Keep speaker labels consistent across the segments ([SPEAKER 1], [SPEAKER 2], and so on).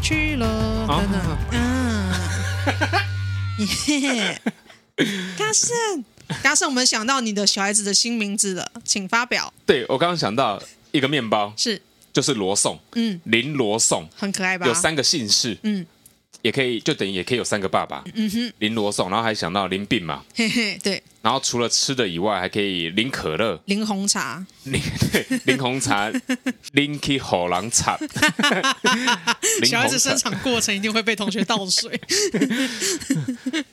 [SPEAKER 1] 去了。
[SPEAKER 2] 啊
[SPEAKER 1] 等 等 啊，耶，大圣，大圣，我们想到你的小孩子的新名字了，请发表。
[SPEAKER 2] 对我刚刚想到一个面包，
[SPEAKER 1] 是，
[SPEAKER 2] 就是罗宋，
[SPEAKER 1] 嗯，
[SPEAKER 2] 林罗宋，
[SPEAKER 1] 很可爱吧？
[SPEAKER 2] 有三个姓氏，
[SPEAKER 1] 嗯，
[SPEAKER 2] 也可以就等于也可以有三个爸爸，嗯哼，林罗宋，然后还想到林病嘛，
[SPEAKER 1] 嘿嘿，对，
[SPEAKER 2] 然后除了吃的以外，还可以林可乐、
[SPEAKER 1] 林红茶，
[SPEAKER 2] 林 对林红茶、 林去火狼茶、 林
[SPEAKER 1] 小孩
[SPEAKER 2] 红
[SPEAKER 1] 子生
[SPEAKER 2] 茶，
[SPEAKER 1] 产过程一定会被同学倒 水。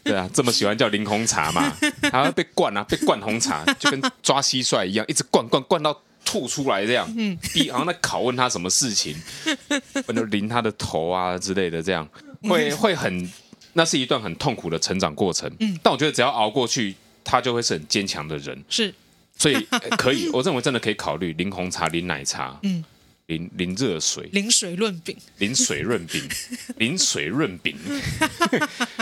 [SPEAKER 2] 对啊，这么喜欢叫林红茶 嘛，还会被灌啊，被灌红茶，就跟抓蟋蟀一样，一直灌灌灌到。吐出来这样，嗯，好像在拷问他什么事情，或者淋他的头啊之类的，这样会会很，那是一段很痛苦的成长过程。嗯，但我觉得只要熬过去，他就会是很坚强的人。
[SPEAKER 1] 是，
[SPEAKER 2] 所以、呃可 以，我认为真的可以考虑零红茶、零奶茶，嗯，零零热水、
[SPEAKER 1] 零水论饼，
[SPEAKER 2] 零水润饼、零水润饼、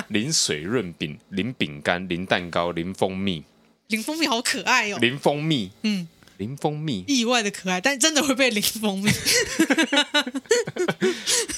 [SPEAKER 2] 零水润饼、零饼干、零蛋糕、零蜂蜜、
[SPEAKER 1] 林蜂蜜好可爱哦，
[SPEAKER 2] 零蜂蜜，
[SPEAKER 1] 嗯，
[SPEAKER 2] 零蜂蜜。
[SPEAKER 1] 意外的可爱，但真的会被林蜂蜜。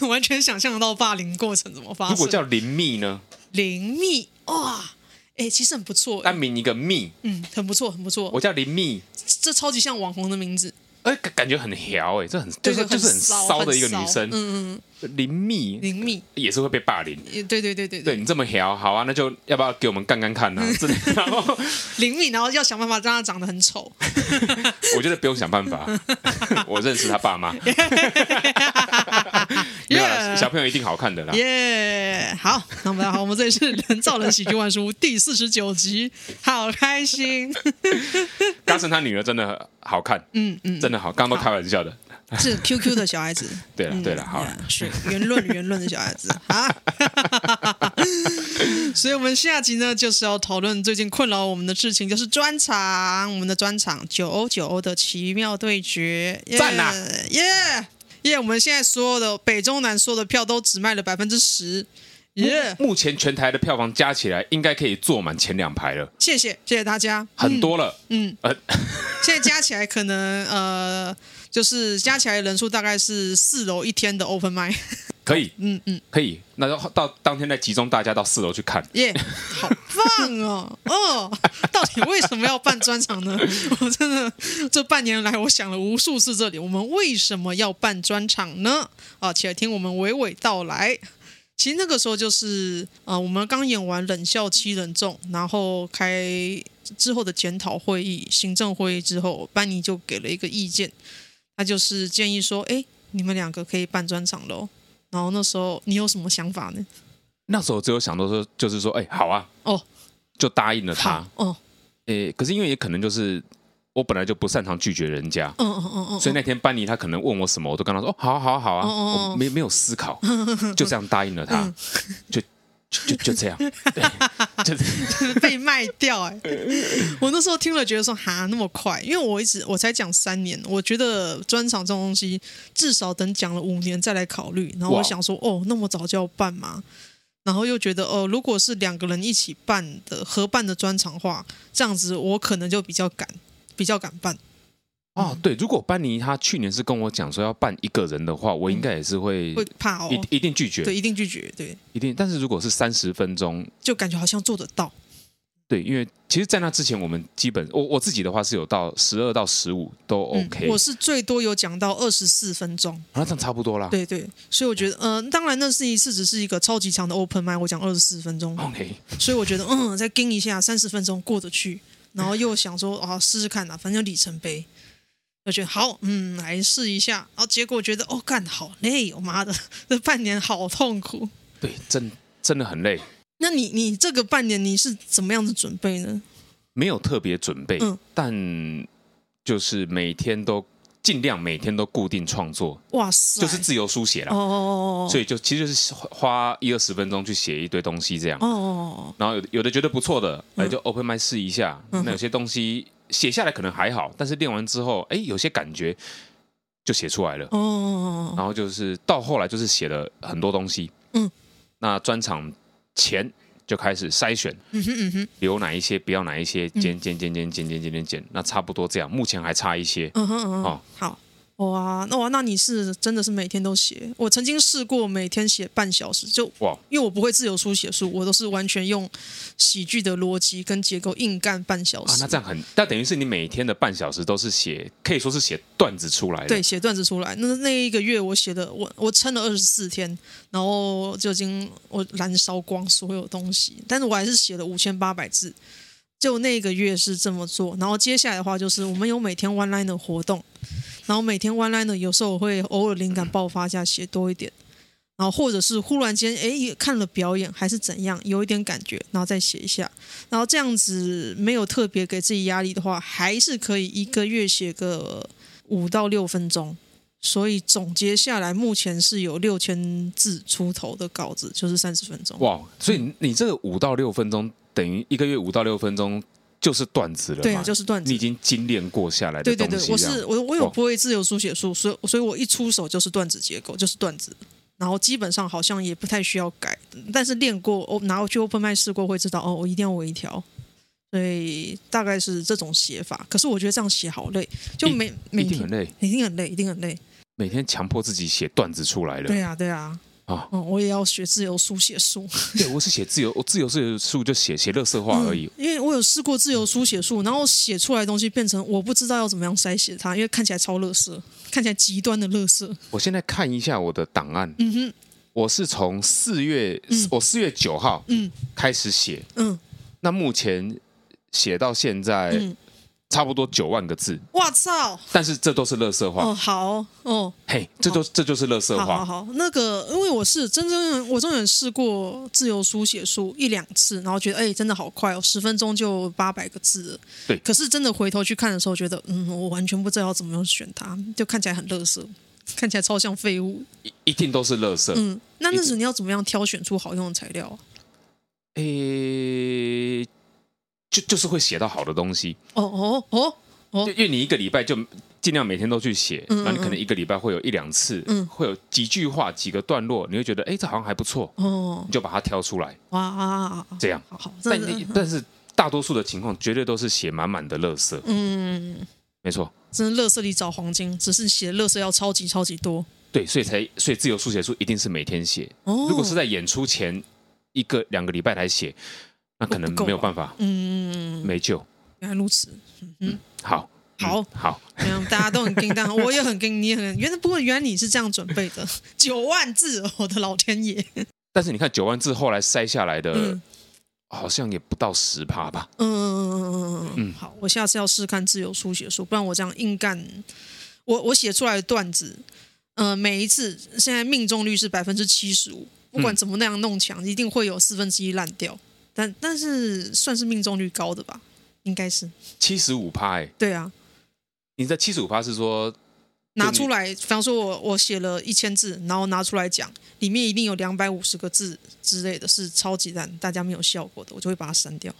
[SPEAKER 1] 完全想象得到霸凌过程怎么发
[SPEAKER 2] 如果
[SPEAKER 1] 生。
[SPEAKER 2] 叫零蜜呢？
[SPEAKER 1] 林蜜哇，哎、其实很不错，
[SPEAKER 2] 单名一个蜜，
[SPEAKER 1] 嗯，很不错，很不错，
[SPEAKER 2] 我叫零蜜，
[SPEAKER 1] 这超级像网红的名字，
[SPEAKER 2] 哎，感感觉很撩哎，这很就
[SPEAKER 1] 对
[SPEAKER 2] 是就是很骚的一个女生，
[SPEAKER 1] 嗯嗯，
[SPEAKER 2] 零蜜
[SPEAKER 1] 林密，
[SPEAKER 2] 也是会被霸凌。
[SPEAKER 1] 也对对对对
[SPEAKER 2] 对
[SPEAKER 1] 对，
[SPEAKER 2] 你这么撩，好啊，那就要不要给我们干干看呢、真的， 然后
[SPEAKER 1] 林密，然后要想办法让他长得很丑，
[SPEAKER 2] 我觉得不用想办法， 我认识他爸 妈。 没有啦
[SPEAKER 1] Yeah
[SPEAKER 2] 小朋友一定好看的啦。
[SPEAKER 1] 耶、好，那我们好，我们这里是人造人喜剧万书第四十九集，好开心，
[SPEAKER 2] 嘉诚他女儿真的好看，
[SPEAKER 1] 嗯嗯，
[SPEAKER 2] 真的好，刚刚都开玩笑的。
[SPEAKER 1] 是 QQ 的小孩子，
[SPEAKER 2] 对了
[SPEAKER 1] 嗯
[SPEAKER 2] 对了，好了，
[SPEAKER 1] 是圆润圆润的小孩子 啊。所以，我们下集呢，就是要讨论最近困扰我们的事情，就是专场，我们的专场九欧九欧的奇妙对决，耶
[SPEAKER 2] 赞啊
[SPEAKER 1] 耶耶！我们现在所有的北中南所有的票都只卖了百分之十，耶！
[SPEAKER 2] 目前全台的票房加起来应该可以坐满前两排了，
[SPEAKER 1] 谢谢谢谢大家，
[SPEAKER 2] 很多了。
[SPEAKER 1] 嗯，
[SPEAKER 2] 呃，
[SPEAKER 1] 现在加起来可能呃，就是加起来的人数大概是四楼一天的 open mic，
[SPEAKER 2] 可以，
[SPEAKER 1] 嗯嗯。
[SPEAKER 2] 可以，那就到当天再集中大家到四楼去看。
[SPEAKER 1] 耶、好棒哦！哦，到底为什么要办专场呢？ 我真的这半年来，我想了无数次，这里我们为什么要办专场呢？啊，且听我们娓娓道来。其实那个时候就是，呃，我们刚演完《冷笑七人众》，然后开之后的检讨会议、行政会议之后，班尼就给了一个意见，他就是建议说，哎，你们两个可以办专场喽。然后那时候你有什么想法呢？
[SPEAKER 2] 那时候只有想到说，就是说，哎、好啊，
[SPEAKER 1] 哦，
[SPEAKER 2] 就答应了他
[SPEAKER 1] 好。，哦，
[SPEAKER 2] 诶、可是因为也可能就是我本来就不擅长拒绝人家，
[SPEAKER 1] 嗯嗯嗯嗯，
[SPEAKER 2] 所以那天班尼他可能问我什么，我都跟他说：“哦，好啊好啊好啊，
[SPEAKER 1] 哦哦嗯哦
[SPEAKER 2] 我没没有思 考，就这样答应了他，就就就 就这样，对，就
[SPEAKER 1] 被卖掉 哎、我那时候听了觉得说哈那么快，因为我一直我才讲三年，我觉得专场这种东西至少等讲了五年再来考虑。然后我
[SPEAKER 2] 哇
[SPEAKER 1] 想说哦，那么早就要办吗？然后又觉得哦，如果是两个人一起办的合办的专场的话，这样子我可能就比较敢，比较敢办。
[SPEAKER 2] 哦，对，如果班尼他去年是跟我讲说要办一个人的话，我应该也是会
[SPEAKER 1] 会怕哦，
[SPEAKER 2] 一一定拒绝
[SPEAKER 1] 对，，一定拒绝，对，
[SPEAKER 2] 一定。但是如果是三十分钟，
[SPEAKER 1] 就感觉好像做得到，
[SPEAKER 2] 对，因为其实，在那之前我们基本我我自己的话是有到十二到十五都
[SPEAKER 1] 嗯
[SPEAKER 2] OK，啊
[SPEAKER 1] 我是最多有讲到二十四分钟。
[SPEAKER 2] 那这样差不多啦。
[SPEAKER 1] 对对，所以我觉得，嗯、当然那是一次只是一个超级长的 open m i 我讲二十四分钟，
[SPEAKER 2] OK，
[SPEAKER 1] 所以我觉得，嗯，再盯一下三十分钟过得去，然后又想说，啊，试试看啊，反正有里程碑，我觉得好，嗯，来试一下，然后结果觉得，哦，干好累，我妈的，这半年好痛苦。
[SPEAKER 2] 对，真真的很累，
[SPEAKER 1] 那你你这个半年你是怎么样的准备呢？
[SPEAKER 2] 没有特别准备，
[SPEAKER 1] 嗯
[SPEAKER 2] 但就是每天都尽量每天都固定创作，
[SPEAKER 1] 哇塞，
[SPEAKER 2] 就是自由书写啦。
[SPEAKER 1] 哦哦哦哦
[SPEAKER 2] 所以就其实就是花一二十分钟去写一堆东西这样，
[SPEAKER 1] 哦哦，
[SPEAKER 2] 然后有的有的觉得不错的，哎、就 open m i 试一下。那有些东西写下来可能还好，但是练完之后，哎，有些感觉就写出来了。
[SPEAKER 1] 哦哦哦，
[SPEAKER 2] 然后就是到后来就是写了很多东西，
[SPEAKER 1] 嗯，
[SPEAKER 2] 那专场前就开始筛选，
[SPEAKER 1] 嗯哼嗯哼
[SPEAKER 2] 留哪一些，不要哪一些，剪剪剪剪剪剪剪剪剪，那差不多这样。目前还差一些，
[SPEAKER 1] 嗯哼嗯哼，
[SPEAKER 2] 哦
[SPEAKER 1] 好。哇，那哇，那你是真的是每天都写？我曾经试过每天写半小时，就
[SPEAKER 2] 哇
[SPEAKER 1] 因为我不会自由书写书，我都是完全用喜剧的逻辑跟结构硬干半小
[SPEAKER 2] 啊，
[SPEAKER 1] 时。
[SPEAKER 2] 那这样很，那等于是你每天的半小时都是写，可以说是写段子出来的。
[SPEAKER 1] 对，，写段子出来。那那一个月我写的，我我撑了二十四天，然后就已经我燃烧光所有东西，但是我还是写了五千八百字。就那个月是这么做，然后接下来的话就是我们有每天 one line 的活动，然后每天 one line 的有时候我会偶尔灵感爆发一下写多一点，然后或者是忽然间哎看了表演还是怎样有一点感觉，然后再写一下，然后这样子没有特别给自己压力的话，还是可以一个月写个五到六分钟。所以总结下来，目前是有六千字出头的稿子，就是三十分钟。
[SPEAKER 2] 哇，所以你这个五到六分钟，等于一个月五到六分钟就是段子了嘛？
[SPEAKER 1] 对啊，就是段子
[SPEAKER 2] 你已。经精炼过下来的
[SPEAKER 1] 对
[SPEAKER 2] 东
[SPEAKER 1] 对
[SPEAKER 2] 西这
[SPEAKER 1] 对
[SPEAKER 2] 样。，
[SPEAKER 1] 我是我我有
[SPEAKER 2] 哇
[SPEAKER 1] 不会自由书写术，所以所以我一出手就是段子结构，就是段子，然后基本上好像也不太需要改，但是练过，我拿去 open 麦试过会知道，哦，我一定要微调，所以大概是这种写法。可是我觉得这样写好累，就
[SPEAKER 2] 一
[SPEAKER 1] 每每
[SPEAKER 2] 一定
[SPEAKER 1] 天
[SPEAKER 2] 很累，
[SPEAKER 1] 一定很累，一定很累。
[SPEAKER 2] 每天强迫自己写段子出来了。
[SPEAKER 1] 对啊，对啊。
[SPEAKER 2] 啊
[SPEAKER 1] 嗯，我也要学自由书写术，
[SPEAKER 2] 对，我是写自由，我自由是书就写写乐色话而已。
[SPEAKER 1] 因为我有试过自由书写术，然后写出来的东西变成我不知道要怎么样筛写它，因为看起来超乐色，看起来极端的乐色。
[SPEAKER 2] 我现在看一下我的档案，
[SPEAKER 1] 嗯哼，
[SPEAKER 2] 我是从四月，我四月九号
[SPEAKER 1] 嗯
[SPEAKER 2] 开始写，
[SPEAKER 1] 嗯，
[SPEAKER 2] 那目前写到现在
[SPEAKER 1] 嗯
[SPEAKER 2] 差不多九万个字，
[SPEAKER 1] 哇操！
[SPEAKER 2] 但是这都是乐色话
[SPEAKER 1] 哦，，好哦，
[SPEAKER 2] 嘿，这都这就是乐色
[SPEAKER 1] 好好
[SPEAKER 2] 话。
[SPEAKER 1] 好，那个，因为我是真正我真的试过自由书写书一两次，然后觉得哎、真的好快哦，十分钟就八百个字了。
[SPEAKER 2] 对
[SPEAKER 1] 可是真的回头去看的时候，觉得嗯，我完全不知道要怎么样选它，就看起来很垃圾，看起来超像废物。
[SPEAKER 2] 一一定都是乐色。
[SPEAKER 1] 嗯，那
[SPEAKER 2] 一
[SPEAKER 1] 那时你要怎么样挑选出好用的材料啊？
[SPEAKER 2] 诶、就就是会写到好的东西，
[SPEAKER 1] 哦哦哦，哦
[SPEAKER 2] 就因为你一个礼拜就尽量每天都去写，
[SPEAKER 1] 嗯嗯
[SPEAKER 2] 然后你可能一个礼拜会有一两次，
[SPEAKER 1] 嗯
[SPEAKER 2] 会有几句话、几个段落，你会觉得诶，这好像还不错，
[SPEAKER 1] 哦
[SPEAKER 2] 你就把它挑出来，
[SPEAKER 1] 哇，
[SPEAKER 2] 这样。
[SPEAKER 1] 好好，
[SPEAKER 2] 但
[SPEAKER 1] 真
[SPEAKER 2] 你
[SPEAKER 1] 的，嗯
[SPEAKER 2] 但是大多数的情况，绝对都是写满满的乐色，
[SPEAKER 1] 嗯，
[SPEAKER 2] 没错。
[SPEAKER 1] 真的，垃圾里找黄金，只是写垃圾要超级超级多。
[SPEAKER 2] 对，所以才所以自由书写书一定是每天写。
[SPEAKER 1] 哦，
[SPEAKER 2] 如果是在演出前一个两个礼拜来写，那可能
[SPEAKER 1] 不够啊
[SPEAKER 2] 没有办法，
[SPEAKER 1] 嗯，
[SPEAKER 2] 没救。
[SPEAKER 1] 原来如此。
[SPEAKER 2] 好，
[SPEAKER 1] 好
[SPEAKER 2] 嗯好，
[SPEAKER 1] 没有，大家都很叮当， 我也很叮，你也很原来。不过原来你是这样准备的， 九万字，我的老天爷！
[SPEAKER 2] 但是你看九万字后来筛下来的
[SPEAKER 1] 嗯，
[SPEAKER 2] 好像也不到十趴吧？
[SPEAKER 1] 嗯嗯，好，我下次要试看自由书写术，不然我这样硬干，我我写出来的段子，呃，每一次现在命中率是百分之七十五，不管怎么那样弄强，一定会有四分之一烂掉，但但是算是命中率高的吧，应该是
[SPEAKER 2] 七十五趴，哎、
[SPEAKER 1] 对啊。
[SPEAKER 2] 你在七十五趴是说
[SPEAKER 1] 拿出来，比方说我我写了一千字，然后拿出来讲，里面一定有两百五十个字之类的，是超级烂，大家没有效果的，我就会把它删掉，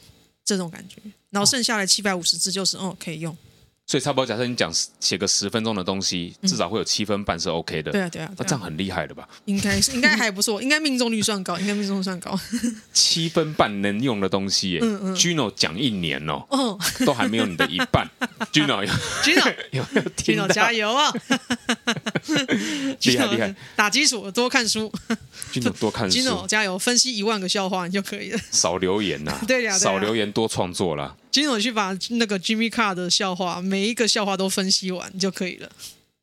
[SPEAKER 1] 这种感觉。
[SPEAKER 2] 哦
[SPEAKER 1] 然后剩下来七百五十字就是，哦，可以用。
[SPEAKER 2] 所以差不多，假设你讲写个十分钟的东西，至少会有七分半是 OK 的。
[SPEAKER 1] 嗯对啊，对啊，
[SPEAKER 2] 那
[SPEAKER 1] 对
[SPEAKER 2] 哦这
[SPEAKER 1] 啊
[SPEAKER 2] 样很厉害了吧？
[SPEAKER 1] 应该是应该还不错，应该命中率算 高，应该命中率算高。
[SPEAKER 2] 七分半能用的东西耶、
[SPEAKER 1] 嗯嗯
[SPEAKER 2] g i n o 讲一年哦，
[SPEAKER 1] 哦
[SPEAKER 2] 都还没有你的一半。Gino 有
[SPEAKER 1] ，Gino，Gino
[SPEAKER 2] 有没有 听到？
[SPEAKER 1] 加油 啊！
[SPEAKER 2] 厉害厉害
[SPEAKER 1] Gino，打基础，多看书。
[SPEAKER 2] ，Gino 多看书
[SPEAKER 1] Gino，，加油，分析一万个笑话你就可以了。
[SPEAKER 2] 少留言呐、
[SPEAKER 1] 对呀对呀
[SPEAKER 2] 少留言多创作啦。
[SPEAKER 1] Gino 去把那个 Jimmy Carr 的笑话，每一个笑话都分析完就可以了。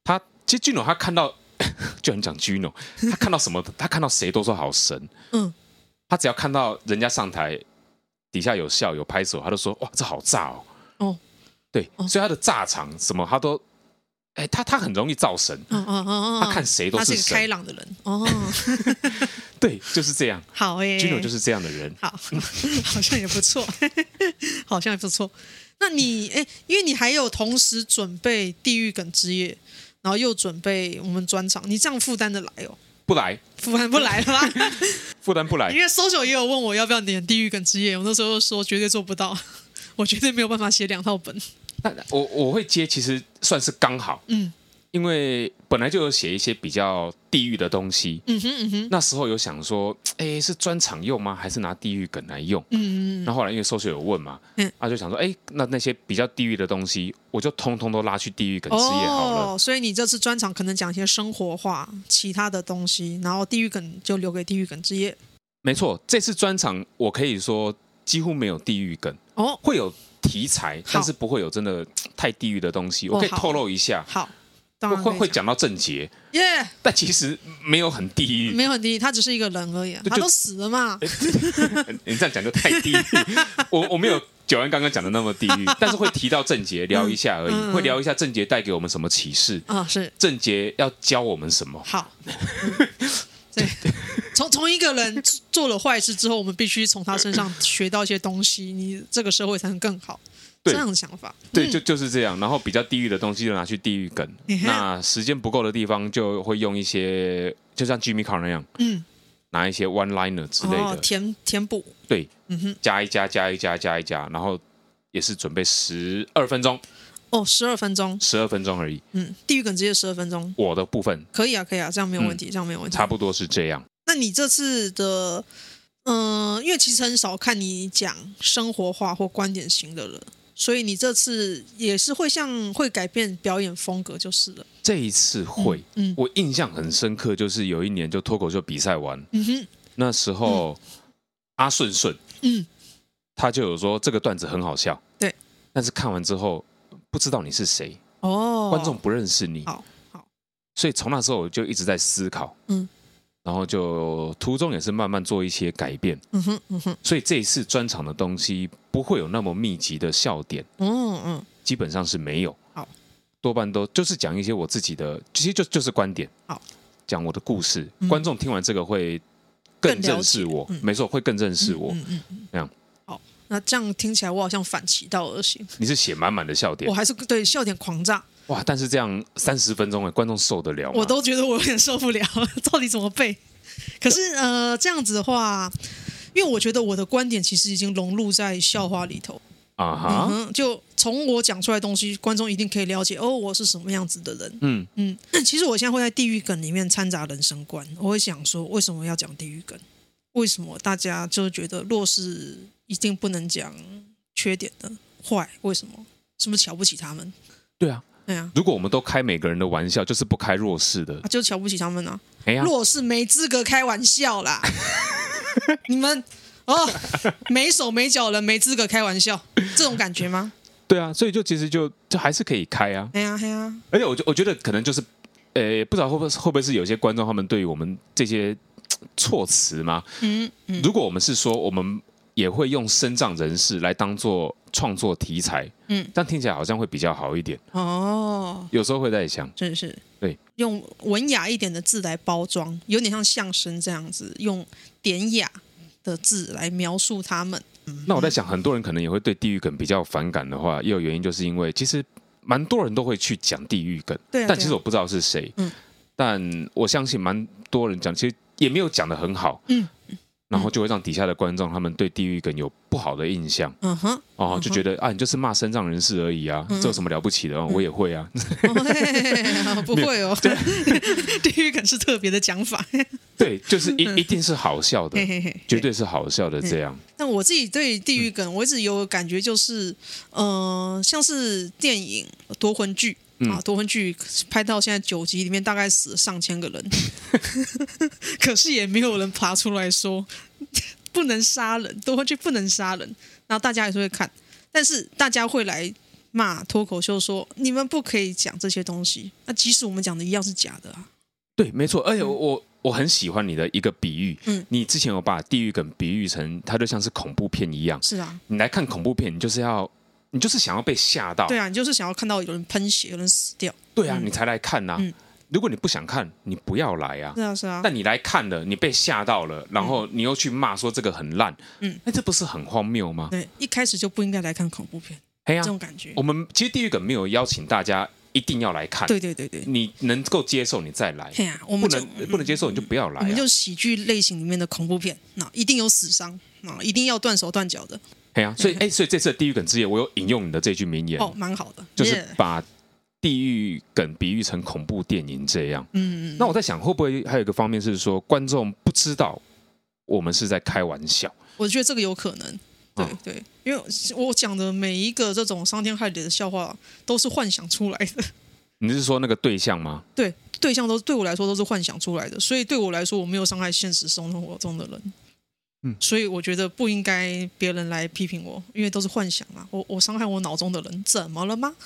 [SPEAKER 2] 他其实 Gino 他看到， 就很讲 Gino，他看到什么，他看到谁都说好神。
[SPEAKER 1] 嗯，
[SPEAKER 2] 他只要看到人家上台，底下有笑有拍手，他就说哇，这好炸哦。
[SPEAKER 1] 哦，
[SPEAKER 2] 对，所以他的炸场什么他都，哎、他他很容易造神，
[SPEAKER 1] 嗯嗯嗯嗯，
[SPEAKER 2] 他看谁都
[SPEAKER 1] 他
[SPEAKER 2] 是
[SPEAKER 1] 是个开
[SPEAKER 2] 神。
[SPEAKER 1] 朗的人 哦，
[SPEAKER 2] 对，就是这样。
[SPEAKER 1] 好诶、
[SPEAKER 2] Gino 就是这样的人。
[SPEAKER 1] 好， 好像也不错， 好像也不错。那你诶、因为你还有同时准备地狱梗之夜，然后又准备我们专场，你这样负担的来哦，
[SPEAKER 2] 不来，
[SPEAKER 1] 负担不来了 吧？
[SPEAKER 2] 负担不来
[SPEAKER 1] 因。为 social 也有问我要不要演地狱梗之夜，我那时候就说绝对做不到， 我绝对没有办法写两套本。
[SPEAKER 2] 那我我会接，其实算是刚好。
[SPEAKER 1] 嗯，
[SPEAKER 2] 因为本来就有写一些比较地域的东西，
[SPEAKER 1] 嗯哼嗯哼，
[SPEAKER 2] 那时候有想说，哎，是专场用吗？还是拿地域梗来用？
[SPEAKER 1] 嗯嗯
[SPEAKER 2] 那后来因为搜学有问嘛，
[SPEAKER 1] 嗯
[SPEAKER 2] 啊就想说，哎，那那些比较地域的东西，我就通通都拉去地域梗
[SPEAKER 1] 嗯，
[SPEAKER 2] 之夜好了。
[SPEAKER 1] 哦，所以你这次专场可能讲一些生活化、其他的东西，然后地狱梗就留给地狱梗之夜。
[SPEAKER 2] 没错，这次专场我可以说几乎没有地域梗，
[SPEAKER 1] 哦，
[SPEAKER 2] 会有题材，
[SPEAKER 1] 好
[SPEAKER 2] 但是不会有真的嘖太地域的东西。我可以
[SPEAKER 1] 哦好
[SPEAKER 2] 透露一下，
[SPEAKER 1] 好，当
[SPEAKER 2] 会
[SPEAKER 1] 然
[SPEAKER 2] 会
[SPEAKER 1] 可
[SPEAKER 2] 会
[SPEAKER 1] 以讲
[SPEAKER 2] 讲到症结，
[SPEAKER 1] 耶，
[SPEAKER 2] 但其实没有很地狱。
[SPEAKER 1] 没有很低，他只是一个人而已啊，
[SPEAKER 2] 就
[SPEAKER 1] 他都死了嘛。
[SPEAKER 2] 你这样讲就太地狱。我我没有九安刚刚讲的那么 地狱，但是会提到症结聊一下而已，
[SPEAKER 1] 嗯嗯
[SPEAKER 2] 会聊一下症结带给我们什么启示，
[SPEAKER 1] 啊，是
[SPEAKER 2] 症结要教我们什么。
[SPEAKER 1] 好。嗯对， 从从一个人做了坏事之后，我们必须从他身上学到一些东西，你这个社会才能更好。
[SPEAKER 2] 对
[SPEAKER 1] 这样的想法，
[SPEAKER 2] 对，就就是这样。然后比较地狱的东西就拿去地狱梗
[SPEAKER 1] 嗯，哼
[SPEAKER 2] 那时间不够的地方就会用一些，就像 Jimmy Carr 那样，
[SPEAKER 1] 嗯，
[SPEAKER 2] 拿一些 one liner 之类
[SPEAKER 1] 哦
[SPEAKER 2] 的，，
[SPEAKER 1] 填填补，
[SPEAKER 2] 对，
[SPEAKER 1] 嗯哼，
[SPEAKER 2] 加一加加一加加一加，然后也是准备十二分钟，
[SPEAKER 1] 哦，十二分钟，
[SPEAKER 2] 十二分钟而已。
[SPEAKER 1] 嗯，地狱梗直接十二分钟，
[SPEAKER 2] 我的部分
[SPEAKER 1] 可以啊，可以啊，这样没有问题，这样没有问题。
[SPEAKER 2] 嗯差不多是这样。
[SPEAKER 1] 那你这次的，嗯、因为其实很少看你讲生活化或观点型的了，所以你这次也是会像会改变表演风格就是了。
[SPEAKER 2] 这一次会，
[SPEAKER 1] 嗯
[SPEAKER 2] 我印象很深刻，就是有一年就脱口秀比赛完，
[SPEAKER 1] 嗯哼，
[SPEAKER 2] 那时候、阿顺顺，
[SPEAKER 1] 嗯，
[SPEAKER 2] 他就有说这个段子很好笑，
[SPEAKER 1] 对，
[SPEAKER 2] 但是看完之后不知道你是谁，
[SPEAKER 1] 哦，
[SPEAKER 2] 观众不认识你，
[SPEAKER 1] 好好，
[SPEAKER 2] 所以从那时候我就一直在思考，
[SPEAKER 1] 嗯，
[SPEAKER 2] 然后就途中也是慢慢做一些改变，
[SPEAKER 1] 嗯哼，嗯哼，
[SPEAKER 2] 所以这一次专场的东西不会有那么密集的笑点，
[SPEAKER 1] 嗯嗯，
[SPEAKER 2] 基本上是没有，
[SPEAKER 1] 好，
[SPEAKER 2] 多半都就是讲一些我自己的，其实就就是观点，
[SPEAKER 1] 好，
[SPEAKER 2] 讲我的故事，
[SPEAKER 1] 嗯
[SPEAKER 2] 观众听完这个会更
[SPEAKER 1] 更了
[SPEAKER 2] 认识
[SPEAKER 1] 解
[SPEAKER 2] 我，
[SPEAKER 1] 嗯
[SPEAKER 2] 没错，会更认识我，
[SPEAKER 1] 嗯嗯嗯，
[SPEAKER 2] 那样。
[SPEAKER 1] 好，那这样听起来我好像反其道而行，
[SPEAKER 2] 你是写满满的笑点
[SPEAKER 1] 我，还是对笑点狂炸，
[SPEAKER 2] 哇！但是这样三十分钟哎，观众受得了吗？
[SPEAKER 1] 我都觉得我有点受不了， 到底怎么背？可是呃，这样子的话，因为我觉得我的观点其实已经融入在笑话里头，
[SPEAKER 2] 啊
[SPEAKER 1] 嗯
[SPEAKER 2] 哈，
[SPEAKER 1] 哼，就从我讲出来的东西，观众一定可以了解哦，我是什么样子的人。
[SPEAKER 2] 嗯，
[SPEAKER 1] 嗯，其实我现在会在地狱梗里面掺杂人生观，我会想说，为什么要讲地狱梗？为什么大家就觉得弱势一定不能讲缺点的坏？为什么？是不是瞧不起他们？
[SPEAKER 2] 对啊。
[SPEAKER 1] 哎呀、
[SPEAKER 2] 如果我们都开每个人的玩笑，就是不开弱势的
[SPEAKER 1] 啊，，就瞧不起他们啊！
[SPEAKER 2] 哎呀，
[SPEAKER 1] 弱势没资格开玩笑啦！ 你们哦，没手没脚人没资格开玩笑，这种感觉吗？
[SPEAKER 2] 对啊，所以就其实就就还是可以开啊。
[SPEAKER 1] 哎呀哎呀，
[SPEAKER 2] 而且我觉我觉得可能就是，呃，不知道会不会会不会是有些观众他们对于我们这些嘖措辞嘛，
[SPEAKER 1] 嗯嗯，
[SPEAKER 2] 如果我们是说我们也会用身障人士来当做创作题材，
[SPEAKER 1] 嗯，
[SPEAKER 2] 这样听起来好像会比较好一点。
[SPEAKER 1] 哦，
[SPEAKER 2] 有时候会在想，
[SPEAKER 1] 真是
[SPEAKER 2] 对，
[SPEAKER 1] 用文雅一点的字来包装，有点像相声这样子，用典雅的字来描述他们。
[SPEAKER 2] 那我在想，很多人可能也会对地狱梗比较反感的话，也有原因，就是因为其实蛮多人都会去讲地狱梗，
[SPEAKER 1] 对啊对
[SPEAKER 2] 但
[SPEAKER 1] 啊
[SPEAKER 2] 其实我不知道是谁，
[SPEAKER 1] 嗯
[SPEAKER 2] 但我相信蛮多人讲，其实也没有讲的很好，
[SPEAKER 1] 嗯，
[SPEAKER 2] 然后就会让底下的观众他们对地狱梗有不好的印象，
[SPEAKER 1] 嗯哼，嗯
[SPEAKER 2] 哦，就觉得啊，你就是骂身障人士而已啊，这有什么了不起的？哦我也 会啊，
[SPEAKER 1] 哦不会哦， 地狱梗是特别的讲法，
[SPEAKER 2] 对，就是一
[SPEAKER 1] 嗯
[SPEAKER 2] 一定是好笑的
[SPEAKER 1] 嘿，嘿嘿，
[SPEAKER 2] 绝对是好笑的这样。
[SPEAKER 1] 那我自己对地狱梗，我一直有感觉就是，呃，像是电影夺魂剧。啊，夺魂剧拍到现在九集里面，大概死了上千个人，可是也没有人爬出来说不能杀人，夺魂剧不能杀人，然后大家还是会看，但是大家会来骂脱口秀说你们不可以讲这些东西，那即使我们讲的一样是假的啊，
[SPEAKER 2] 对，没错。而且我我我很喜欢你的一个比喻，
[SPEAKER 1] 嗯
[SPEAKER 2] 你之前有把地狱梗比喻成它就像是恐怖片一样，
[SPEAKER 1] 是啊，
[SPEAKER 2] 你来看恐怖片，你就是要你就是想要被吓到，
[SPEAKER 1] 对啊，你就是想要看到有人喷血，有人死掉，
[SPEAKER 2] 对啊，你才来看呐、
[SPEAKER 1] 嗯
[SPEAKER 2] 如果你不想看，你不要来啊
[SPEAKER 1] 是。啊是啊，
[SPEAKER 2] 但你来看了，你被吓到了，然后你又去骂说这个很烂，
[SPEAKER 1] 嗯，
[SPEAKER 2] 那这不是很荒谬吗？
[SPEAKER 1] 对，一开始就不应该来看恐怖片。
[SPEAKER 2] 哎呀
[SPEAKER 1] 这，种感觉
[SPEAKER 2] 我。们其实地狱梗没有邀请大家一定要来看，
[SPEAKER 1] 对对对对，
[SPEAKER 2] 你能够接受你再来，
[SPEAKER 1] 哎呀，我
[SPEAKER 2] 嗯不
[SPEAKER 1] 们就嗯
[SPEAKER 2] 能不能接受你就不要来、
[SPEAKER 1] 我
[SPEAKER 2] 啊
[SPEAKER 1] 们。就是喜剧类型里面的恐怖片，那一定有死伤，那一定要断手断脚的，
[SPEAKER 2] 哎呀、所以哎、所以这次的地狱梗之夜，我有引用你的这句名言，
[SPEAKER 1] 哦哦，蛮好的，
[SPEAKER 2] 就是
[SPEAKER 1] 耶
[SPEAKER 2] 把地狱梗比喻成恐怖电影这样。
[SPEAKER 1] 嗯，
[SPEAKER 2] 那我在想，会不会还有一个方面是说，观众不知道我们是在开玩笑？
[SPEAKER 1] 我觉得这个有可能。对
[SPEAKER 2] 嗯
[SPEAKER 1] 对，因为我讲的每一个这种伤天害理的笑话都是幻想出来的，
[SPEAKER 2] 你是说那个对象吗？
[SPEAKER 1] 对对象都对我来说都是幻想出来的，所以对我来说我没有伤害现实生活中的人。
[SPEAKER 2] 嗯
[SPEAKER 1] 所以我觉得不应该别人来批评我，因为都是幻想啊。我我伤害我脑中的人，怎么了吗？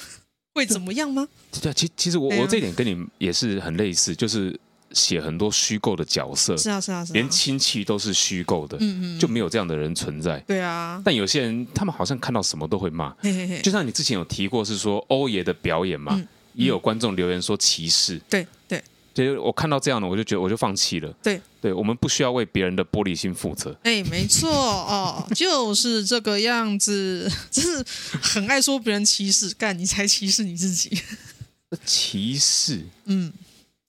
[SPEAKER 1] 会怎么样吗？
[SPEAKER 2] 对，其其实我、
[SPEAKER 1] 对啊
[SPEAKER 2] 我这一点跟你也是很类似，就是写很多虚构的角色，
[SPEAKER 1] 是啊是啊是啊，
[SPEAKER 2] 连亲戚都是虚构的，
[SPEAKER 1] 嗯嗯，
[SPEAKER 2] 就没有这样的人存在。
[SPEAKER 1] 对啊，
[SPEAKER 2] 但有些人他们好像看到什么都会骂，
[SPEAKER 1] 嘿嘿嘿，
[SPEAKER 2] 就像你之前有提过是说欧爷的表演嘛，
[SPEAKER 1] 嗯
[SPEAKER 2] 也有观众留言说歧视，
[SPEAKER 1] 对对，
[SPEAKER 2] 就是我看到这样的我就觉得我就放弃了。
[SPEAKER 1] 对，
[SPEAKER 2] 对我们不需要为别人的玻璃心负责。
[SPEAKER 1] 哎，没错哦，就是这个样子， 真是很爱说别人歧视，干你才歧视你自己。
[SPEAKER 2] 歧视，
[SPEAKER 1] 嗯，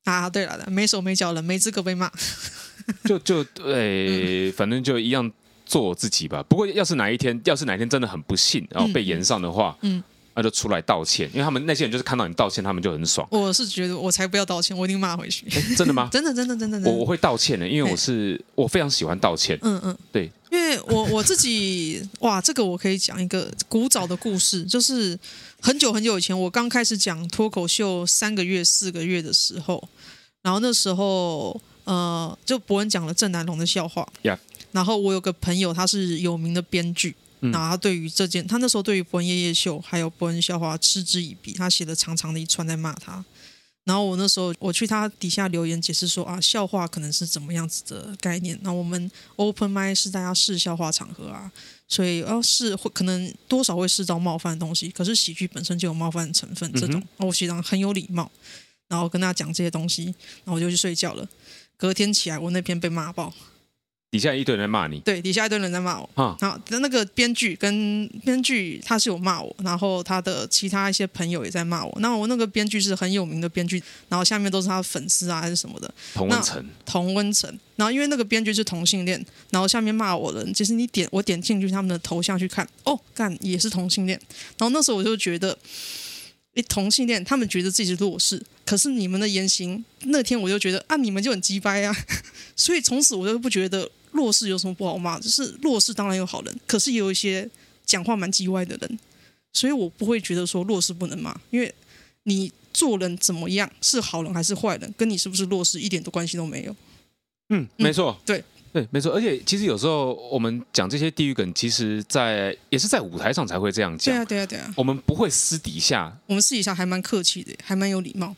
[SPEAKER 1] 啊，对了，没手没脚人，没资格被骂。
[SPEAKER 2] 就就诶、反正就一样做我自己吧。不过要是哪一天，要是哪一天真的很不幸，然后被延上的话，
[SPEAKER 1] 嗯
[SPEAKER 2] 嗯，那就出来道歉，因为他们那些人就是看到你道歉，他们就很 爽。
[SPEAKER 1] 我是觉得我才不要道歉，我一定骂回去。？
[SPEAKER 2] 诶真的吗
[SPEAKER 1] 真的，真的，真的，真
[SPEAKER 2] 我
[SPEAKER 1] 的。
[SPEAKER 2] 我会道歉的，因为我是我非常喜欢道歉。
[SPEAKER 1] 嗯嗯，
[SPEAKER 2] 对，
[SPEAKER 1] 因为我我自己哇，这个我可以讲一个古早的故事，就是很久很久以前，我刚开始讲脱口秀三个月、四个月的时候，然后那时候呃，就伯恩讲了郑南龙的笑话
[SPEAKER 2] Yeah
[SPEAKER 1] 然后我有个朋友，他是有名的编剧。
[SPEAKER 2] 嗯
[SPEAKER 1] 然后他对于这件，他那时候对于伯恩夜夜秀还有伯恩笑话嗤之以鼻，他写了长长的一串在骂他。然后我那时候我去他底下留言解释说啊，笑话可能是怎么样子的概念。那我们 open m i 是大家试笑话场合啊，所以要是会可能多少会试到冒犯的东西，可是喜剧本身就有冒犯的成分，这种、
[SPEAKER 2] 嗯
[SPEAKER 1] 哦我学长很有礼貌，然后跟他讲这些东西，然后我就去睡觉了。隔天起来，我那篇被骂爆，
[SPEAKER 2] 底下一堆人在骂你
[SPEAKER 1] 对，底下一堆人在骂我。
[SPEAKER 2] 啊，
[SPEAKER 1] 然后那个编剧跟编剧他是有骂我，然后他的其他一些朋友也在骂我。那我那个编剧是很有名的编剧，然后下面都是他的粉丝啊还是什么的，
[SPEAKER 2] 童文成
[SPEAKER 1] 同温层。然后因为那个编剧是同性恋，然后下面骂我的人，其实你点我点进去他们的头像去看，哦，干也是同性恋。然后那时候我就觉得，诶，同性恋他们觉得自己是弱势，可是你们的言行，那天我就觉得啊，你们就很鸡掰啊。 所以从此我就不觉得弱势有什么不好骂，就是弱势当然有好人，可是也有一些讲话蛮叽歪的人，所以我不会觉得说弱势不能骂，因为你。做人怎么样是好人还是坏人，跟你是不是弱势一点都关系都没有。
[SPEAKER 2] 嗯，没错，
[SPEAKER 1] 对
[SPEAKER 2] 对，没错。而且其实有时候我们讲这些地狱梗，其实在也是在舞台上才会这样
[SPEAKER 1] 对
[SPEAKER 2] 讲，
[SPEAKER 1] 啊，对啊，对啊，
[SPEAKER 2] 我们不会私底下
[SPEAKER 1] 我们私底下还蛮客气的，还蛮有礼貌。
[SPEAKER 2] 哎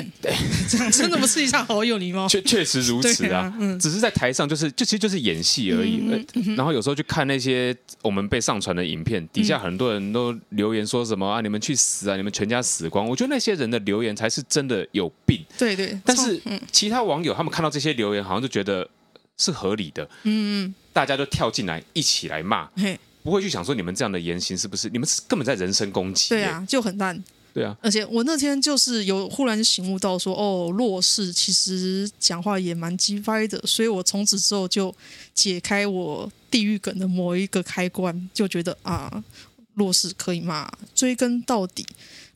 [SPEAKER 1] 嗯， 对，这样真的，我们私底下好有 礼貌。
[SPEAKER 2] 确确实如此
[SPEAKER 1] 对
[SPEAKER 2] 啊，
[SPEAKER 1] 啊嗯
[SPEAKER 2] 只是在台上就是就其实就是演戏而已、
[SPEAKER 1] 嗯嗯
[SPEAKER 2] 呃然后有时候去看那些我们被上传的影片，底
[SPEAKER 1] 嗯
[SPEAKER 2] 下很多人都留言说什么啊，你们去死啊，你们全家死光。我觉得那些人的留言才是真的有病，
[SPEAKER 1] 对对，
[SPEAKER 2] 但是
[SPEAKER 1] 从嗯
[SPEAKER 2] 其他网友他们看到这些留言，好像就觉得是合理的，
[SPEAKER 1] 嗯
[SPEAKER 2] 大家都跳进来一起来骂，
[SPEAKER 1] 嗯，嘿，
[SPEAKER 2] 不会去想说你们这样的言行是不是你们是根本在人身攻击、
[SPEAKER 1] 对，啊，就很烂。
[SPEAKER 2] 对啊，
[SPEAKER 1] 而且我那天就是有忽然醒悟到说，哦，弱势其实讲话也蛮鸡歪的，所以我从此之后就解开我地狱梗的某一个开关，就觉得啊，弱势可以骂，追根到底，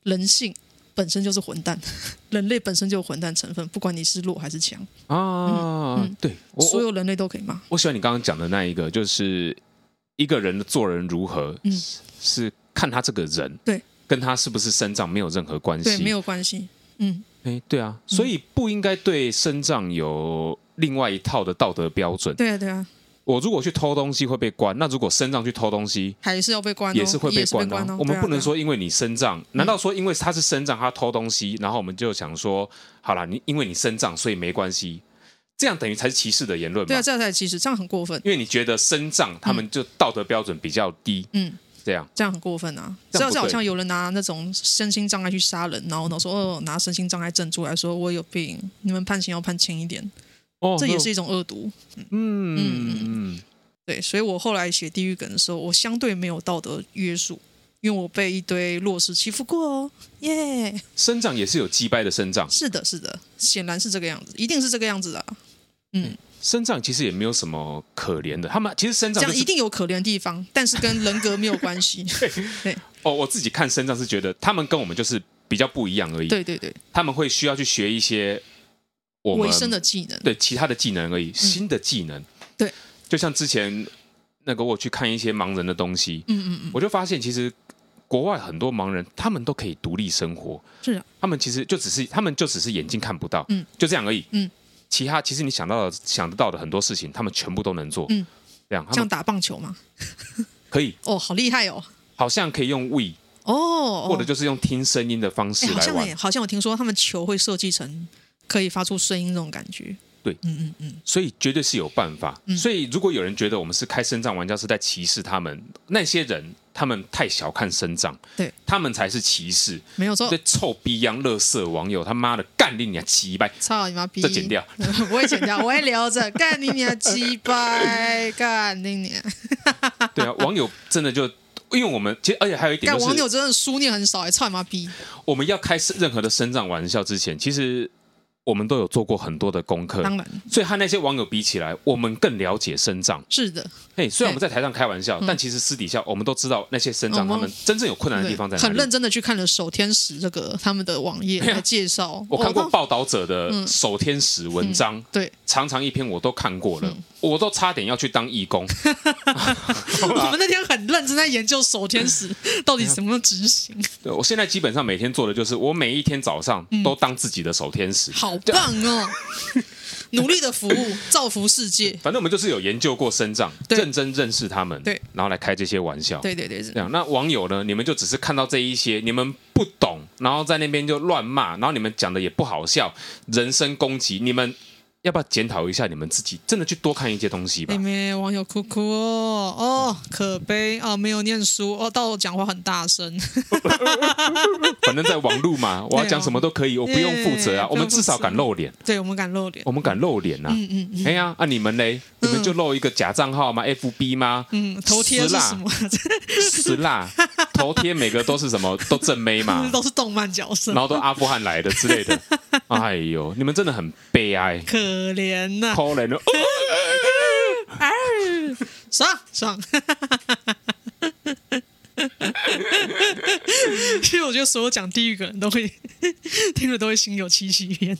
[SPEAKER 1] 人性本身就是混蛋， 人类本身就有混蛋成分，不管你是弱还是强，
[SPEAKER 2] 啊，
[SPEAKER 1] 嗯嗯
[SPEAKER 2] 对我
[SPEAKER 1] 所
[SPEAKER 2] 我
[SPEAKER 1] 有人类都可以骂。
[SPEAKER 2] 我喜欢你刚刚讲的那一个，就是一个人的做人如何，
[SPEAKER 1] 嗯
[SPEAKER 2] 是是看他这个人，
[SPEAKER 1] 对，
[SPEAKER 2] 跟他是不是身障没有任何关系，
[SPEAKER 1] 对，没，有嗯关系。嗯，
[SPEAKER 2] 哎，对啊，所以不应该对身障有另外一套的道德标准。
[SPEAKER 1] 对啊，对啊，
[SPEAKER 2] 我如果去偷东西会被关，那如果身障去偷东西。
[SPEAKER 1] 还是要被关、哦，
[SPEAKER 2] 也是会被关
[SPEAKER 1] 关哦。
[SPEAKER 2] 我们
[SPEAKER 1] 对啊嗯
[SPEAKER 2] 不能，说因为你身障，难道说因为他是身障，他偷东西，然后我们就想说，好啦，你因为你身障，所以没关系，这样等于才是歧视的言论嘛？
[SPEAKER 1] 对啊对啊，这样才其实这样很过分，
[SPEAKER 2] 因为你觉得身障他们就道德标准比较低，
[SPEAKER 1] 嗯，
[SPEAKER 2] 这样
[SPEAKER 1] 这样很过分啊！
[SPEAKER 2] 这
[SPEAKER 1] 这
[SPEAKER 2] 样
[SPEAKER 1] 样
[SPEAKER 2] 不
[SPEAKER 1] 是好
[SPEAKER 2] 对
[SPEAKER 1] 像有人拿那种身心障碍去杀人，然后呢说哦拿身心障碍证出来说我有病，你们判刑要判轻一点，
[SPEAKER 2] 哦
[SPEAKER 1] 这也是一种恶毒。
[SPEAKER 2] 嗯嗯
[SPEAKER 1] 对，所以我后来写地狱梗的时候，我相对没有道德约束。因为我被一堆弱势欺负过哦，耶、
[SPEAKER 2] 生长也是有击败的生长，
[SPEAKER 1] 是的，是的，显然是这个样子，一定是这个样子的啊、
[SPEAKER 2] 生长其实也没有什么可怜的，他们其实生
[SPEAKER 1] 这
[SPEAKER 2] 长就
[SPEAKER 1] 样
[SPEAKER 2] 是
[SPEAKER 1] 一定有可怜的地 方，但是跟人格没有关系。
[SPEAKER 2] 哦，我自己看生长是觉得他们跟我们就是比较不一样而已。
[SPEAKER 1] 对对对，
[SPEAKER 2] 他们会需要去学一些我们
[SPEAKER 1] 维生的技能，
[SPEAKER 2] 对其他的技能而已，新的技能。
[SPEAKER 1] 对，
[SPEAKER 2] 就像之前那个我去看一些盲人的东西，
[SPEAKER 1] 嗯嗯嗯，
[SPEAKER 2] 我就发现其实国外很多盲人他们都可以独立生活，
[SPEAKER 1] 是啊，
[SPEAKER 2] 他们其实就只是他们就只是眼睛看不到，
[SPEAKER 1] 嗯，
[SPEAKER 2] 就这样而已，
[SPEAKER 1] 嗯。
[SPEAKER 2] 其他其实你想到的想得到的很多事情，他们全部都能做，
[SPEAKER 1] 嗯，
[SPEAKER 2] 这样他
[SPEAKER 1] 像
[SPEAKER 2] 们
[SPEAKER 1] 打棒球嘛，
[SPEAKER 2] 可以
[SPEAKER 1] 哦，好厉害哦，
[SPEAKER 2] 好像可以用 we
[SPEAKER 1] 哦，
[SPEAKER 2] 或者就是用听声音的方式
[SPEAKER 1] 哎，好
[SPEAKER 2] 来
[SPEAKER 1] 像
[SPEAKER 2] 玩
[SPEAKER 1] 也，好像我听说他们球会设计成可以发出声音那种感觉，
[SPEAKER 2] 对
[SPEAKER 1] 嗯嗯嗯，
[SPEAKER 2] 所以绝对是有办法。所以如果有人觉得我们是开身障玩家是在歧视他们，那些人他们太小看身障，
[SPEAKER 1] 对哦
[SPEAKER 2] 他们才是歧视。
[SPEAKER 1] 没有错
[SPEAKER 2] 这，臭逼一样乐色网友，他妈的干你娘 鸡掰！
[SPEAKER 1] 操你妈逼！
[SPEAKER 2] 这剪掉，
[SPEAKER 1] 不会剪 掉，我会留着。 干你娘鸡掰，干你娘！
[SPEAKER 2] 对啊，网友真的就。因为我们其实，而且还有一点
[SPEAKER 1] 干
[SPEAKER 2] 就
[SPEAKER 1] 网
[SPEAKER 2] 是，
[SPEAKER 1] 友真的书念很少，哎，操你妈逼！
[SPEAKER 2] 我们要开任何的身障玩笑之前，其实我们都有做过很多的功课。
[SPEAKER 1] 当然
[SPEAKER 2] 所以和那些网友比起来，我们更了解身障。
[SPEAKER 1] 是的，
[SPEAKER 2] 嘿，虽然我们在台上开玩笑，但其实私底下我们都知道那些身障
[SPEAKER 1] 嗯
[SPEAKER 2] 他们真正有困难的地
[SPEAKER 1] 对
[SPEAKER 2] 方在哪
[SPEAKER 1] 很
[SPEAKER 2] 里。
[SPEAKER 1] 认真的去看了《守天使》这个他们的网页
[SPEAKER 2] 对啊
[SPEAKER 1] 来介绍。
[SPEAKER 2] 我看过
[SPEAKER 1] 哦
[SPEAKER 2] 报道者的守天使文章，
[SPEAKER 1] 他 对，
[SPEAKER 2] 长长一篇我都看过
[SPEAKER 1] 嗯
[SPEAKER 2] 了，我都差点要去当 义工。
[SPEAKER 1] 我们那天很认真在研究《守天 使》
[SPEAKER 2] 哎
[SPEAKER 1] 到底怎么执行，
[SPEAKER 2] 对我现在基本上每天做的就是，我每一天早上都当自己的守天使。
[SPEAKER 1] 嗯
[SPEAKER 2] 啊
[SPEAKER 1] 好棒哦！努力的服务，造福世界。
[SPEAKER 2] 反正我们就是有研究过生长，
[SPEAKER 1] 对
[SPEAKER 2] 认真认识他们，
[SPEAKER 1] 对，
[SPEAKER 2] 然后来开这些玩笑。
[SPEAKER 1] 对对对，是
[SPEAKER 2] 这样，那网友呢？你们就只是看到这一些，你们不懂，然后在那边就乱骂，然后你们讲的也不好笑，人身攻击，你们要不要检讨一下你们自己？真的去多看一些东西吧
[SPEAKER 1] 妹。哎妹，网友哭哭哦，哦，可悲哦，没有念书哦，到我讲话很大声，
[SPEAKER 2] 反正在网路嘛，我要讲什么都可以，我不用负责啊。
[SPEAKER 1] 对
[SPEAKER 2] 我们至少敢露脸，
[SPEAKER 1] 对我们敢露脸
[SPEAKER 2] 我，们敢露脸呐。
[SPEAKER 1] 嗯嗯嗯
[SPEAKER 2] 哎呀，啊你们嘞？你们就露一个假账号吗？FB 吗？
[SPEAKER 1] 嗯，头贴是什么？
[SPEAKER 2] 是啦，头贴每个都是什么？都正妹 嘛，
[SPEAKER 1] 都是动漫角色
[SPEAKER 2] 然，后都阿富汗来的之 类的。哎呦，你们真的很悲哀，
[SPEAKER 1] 可怜呐、
[SPEAKER 2] 可怜哦。
[SPEAKER 1] 爽爽。 其实我觉得所有讲地狱梗的人都会 听了都会心有戚戚焉。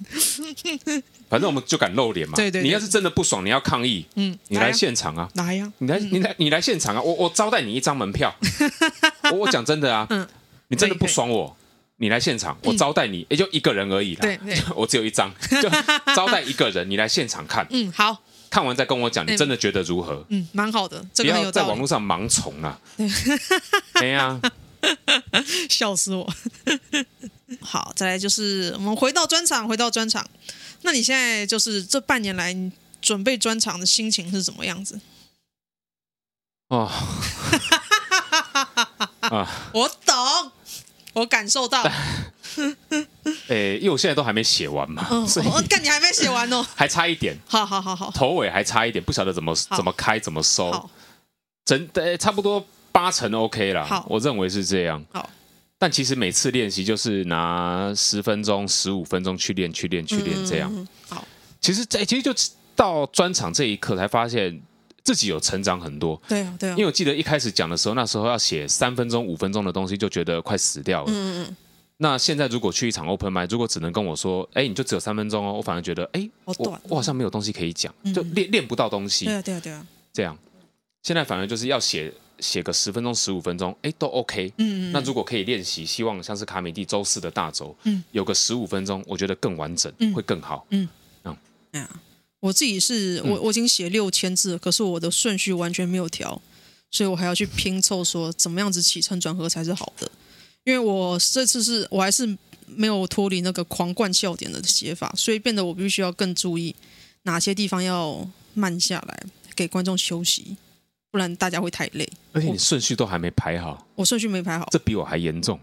[SPEAKER 2] 反正我们就敢露脸嘛。
[SPEAKER 1] 对对对
[SPEAKER 2] 你要是真的不爽，你要抗议，
[SPEAKER 1] 嗯，
[SPEAKER 2] 你
[SPEAKER 1] 来
[SPEAKER 2] 来
[SPEAKER 1] 啊
[SPEAKER 2] 现场啊，
[SPEAKER 1] 来哎呀、
[SPEAKER 2] 你来你来你来现场啊，我我招待你一张门 票。我我讲真的啊，
[SPEAKER 1] 嗯
[SPEAKER 2] 你真的
[SPEAKER 1] 可以
[SPEAKER 2] 不
[SPEAKER 1] 可以
[SPEAKER 2] 爽我，你来现场，我招待你，也就一个人而已啦。
[SPEAKER 1] 对对
[SPEAKER 2] 我只有一张，就招待一个人，你来现场看，
[SPEAKER 1] 嗯，好，
[SPEAKER 2] 看完再跟我讲，你
[SPEAKER 1] 嗯
[SPEAKER 2] 真的觉得如何？
[SPEAKER 1] 嗯，蛮好的，这
[SPEAKER 2] 不
[SPEAKER 1] 个很有
[SPEAKER 2] 要在
[SPEAKER 1] 道
[SPEAKER 2] 网
[SPEAKER 1] 理
[SPEAKER 2] 络，上盲从啊！ 哎呀，
[SPEAKER 1] 笑死我。好，再来就是我们回到专场，回到专场。那你现在就是这半年来你准备专场的心情是怎么样子？
[SPEAKER 2] 哦，啊，
[SPEAKER 1] 我懂，我感受到。
[SPEAKER 2] 哎诶，因为我现在都还没写完嘛，
[SPEAKER 1] 嗯，
[SPEAKER 2] 所以
[SPEAKER 1] 我干，你还没写完哦。
[SPEAKER 2] 还差一点，
[SPEAKER 1] 好好好好
[SPEAKER 2] 头尾还差一点，不晓得怎么
[SPEAKER 1] 好
[SPEAKER 2] 怎么开怎么收。
[SPEAKER 1] 好
[SPEAKER 2] 真的、呃差不多八成 OK 啦
[SPEAKER 1] 好，
[SPEAKER 2] 我认为是这样。
[SPEAKER 1] 好，
[SPEAKER 2] 但其实每次练习就是拿十分钟、十五分钟去练、去练、去练，这样。
[SPEAKER 1] 嗯好，
[SPEAKER 2] 其实，在、其实就到专场这一刻才发现自己有成长很多。
[SPEAKER 1] 对啊对啊
[SPEAKER 2] 因为，我记得一开始讲的时候，那时候要写三分钟、五分钟的东西，就觉得快死掉了。
[SPEAKER 1] 嗯嗯，
[SPEAKER 2] 那现在如果去一场 open mic，如果只能跟我说，哎，你就只有三分钟哦，我反而觉得，哎，
[SPEAKER 1] 好
[SPEAKER 2] 我
[SPEAKER 1] 短嗯
[SPEAKER 2] 我好像没有东西可以讲，就练练不到东西。
[SPEAKER 1] 对啊对啊对啊，
[SPEAKER 2] 这样。现在反而就是要写写个十分钟、十五分钟，哎，都 OK。
[SPEAKER 1] 嗯嗯
[SPEAKER 2] 那如果可以练习，希望像是卡米蒂周四的大周，
[SPEAKER 1] 嗯，
[SPEAKER 2] 有个十五分钟，我觉得更完整，会更好。
[SPEAKER 1] 哎呀，我自己是我我已经写六千字了，可是我的顺序完全没有调，所以我还要去拼凑说怎么样子起承转合才是好的，因为我这次是我还是没有脱离那个狂灌笑点的写法，所以变得我必须要更注意哪些地方要慢下来，给观众休息，不然大家会太累。
[SPEAKER 2] 而且你顺序都还没排好，
[SPEAKER 1] 我顺序没排好。
[SPEAKER 2] 这比我还严重。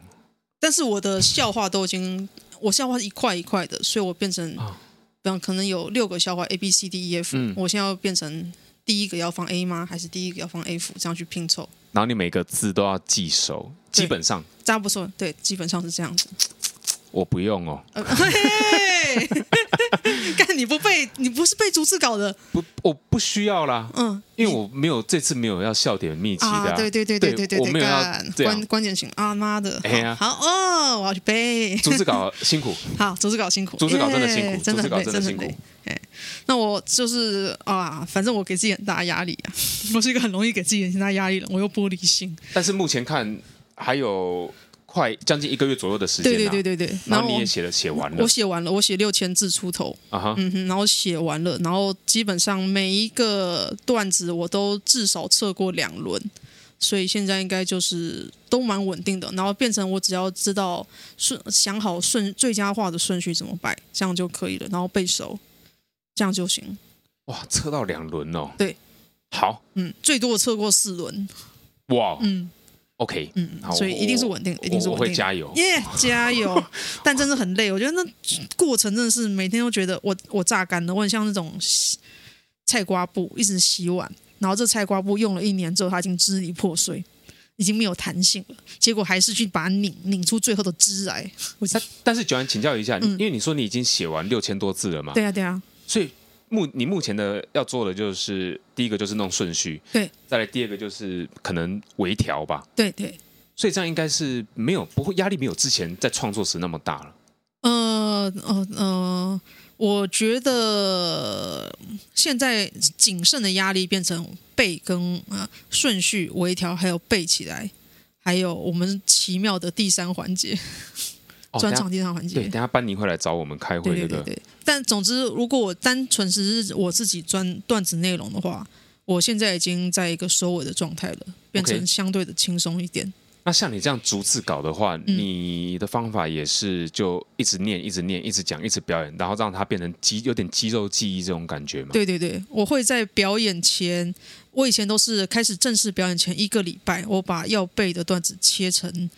[SPEAKER 1] 但是我的笑话都已经，我笑话是一块一块的，所以我变成，
[SPEAKER 2] 啊
[SPEAKER 1] 比方可能有六个笑话 A B C D E F，、
[SPEAKER 2] 嗯
[SPEAKER 1] 我现在要变成第一个要放 A 吗？还是第一个要放 F？这样去拼凑，
[SPEAKER 2] 然后你每个字都要记熟，
[SPEAKER 1] 对
[SPEAKER 2] 基本上
[SPEAKER 1] 这样不错，对，基本上是这样子。
[SPEAKER 2] 我不用哦。
[SPEAKER 1] 呃、嘿嘿嘿 干你不背，你不不是被逐字稿的，
[SPEAKER 2] 不，我不需要啦，
[SPEAKER 1] 嗯，
[SPEAKER 2] 因为我没有这次没有要笑点密集的、
[SPEAKER 1] 啊，对对对对对对
[SPEAKER 2] 我没
[SPEAKER 1] 对，
[SPEAKER 2] 有要
[SPEAKER 1] 干
[SPEAKER 2] 这样
[SPEAKER 1] 关。关键型啊妈的，
[SPEAKER 2] 哎呀
[SPEAKER 1] 好好哦，我要去背。
[SPEAKER 2] 逐字稿辛苦，
[SPEAKER 1] 好，逐字稿辛苦，
[SPEAKER 2] 逐字稿真的辛苦
[SPEAKER 1] 耶真的很
[SPEAKER 2] 逐字稿
[SPEAKER 1] 累，
[SPEAKER 2] 真的
[SPEAKER 1] 的很
[SPEAKER 2] 辛苦
[SPEAKER 1] 累。哎，那我就是啊，反正我给自己很大压力啊， 我是一个很容易给自己很大压力的人，我又玻璃心。
[SPEAKER 2] 但是目前看还有快将近一个月左右的时间、啊。
[SPEAKER 1] 对对对对对，
[SPEAKER 2] 然后
[SPEAKER 1] 我
[SPEAKER 2] 你也写了，写完了
[SPEAKER 1] 我写完了，我写六千字出头，
[SPEAKER 2] 啊哈，
[SPEAKER 1] 嗯哼，然后写完了，然后基本上每一个段子我都至少测过两轮，所以现在应该就是都蛮稳定的。然后变成我只要知道顺想好顺最佳化的顺序怎么摆，这样就可以了，然后背熟，这样就行。
[SPEAKER 2] 哇，测到两轮哦。
[SPEAKER 1] 对，
[SPEAKER 2] 好
[SPEAKER 1] 嗯，最多测过四轮，
[SPEAKER 2] 哇
[SPEAKER 1] 嗯
[SPEAKER 2] ，OK，
[SPEAKER 1] 嗯
[SPEAKER 2] 好，
[SPEAKER 1] 所以一定是稳定的
[SPEAKER 2] 我
[SPEAKER 1] 一定是
[SPEAKER 2] 我
[SPEAKER 1] 稳
[SPEAKER 2] 会
[SPEAKER 1] 定的
[SPEAKER 2] 加油。
[SPEAKER 1] 耶、加 油！但真的很累，我觉得那过程真的是每天都觉得我我榨干了，我很像那种洗菜瓜布一直洗碗，然后这菜瓜布用了一年之后，它已经支离破碎，已经没有弹性了，结果还是去把它拧拧出最后的汁来。我
[SPEAKER 2] 但但是，九安请教一下，你
[SPEAKER 1] 嗯
[SPEAKER 2] 因为你说你已经写完六千多字了嘛，
[SPEAKER 1] 对啊对啊，
[SPEAKER 2] 所以目你目前的要做的就是第一个就是弄顺序，
[SPEAKER 1] 对，
[SPEAKER 2] 再来第二个就是可能微调吧。
[SPEAKER 1] 对对，
[SPEAKER 2] 所以这样应该是没有不会压力没有之前在创作时那么大了。
[SPEAKER 1] 呃呃呃，我觉得现在谨慎的压力变成背跟呃顺序微调，还有背起来，还有我们奇妙的第三环节，
[SPEAKER 2] 哦
[SPEAKER 1] 专
[SPEAKER 2] 等
[SPEAKER 1] 场第三环
[SPEAKER 2] 一下对，
[SPEAKER 1] 节。
[SPEAKER 2] 等一下班尼会来找我们开
[SPEAKER 1] 对
[SPEAKER 2] 会
[SPEAKER 1] 对
[SPEAKER 2] 那
[SPEAKER 1] 对
[SPEAKER 2] 个。
[SPEAKER 1] 对，但总之，如果我单纯只是我自己专段子内容的话，我现在已经在一个收尾的状态了，变
[SPEAKER 2] OK
[SPEAKER 1] 成相对的轻松一点。
[SPEAKER 2] 那像你这样逐字稿的话，
[SPEAKER 1] 嗯
[SPEAKER 2] 你的方法也是就一直念、一直念、一直讲、一直表演，然后让它变成肌有点肌肉记忆这种感觉嘛？
[SPEAKER 1] 对对对，我会在表演前，我以前都是开始正式表演前一个礼拜，我把要背的段子切成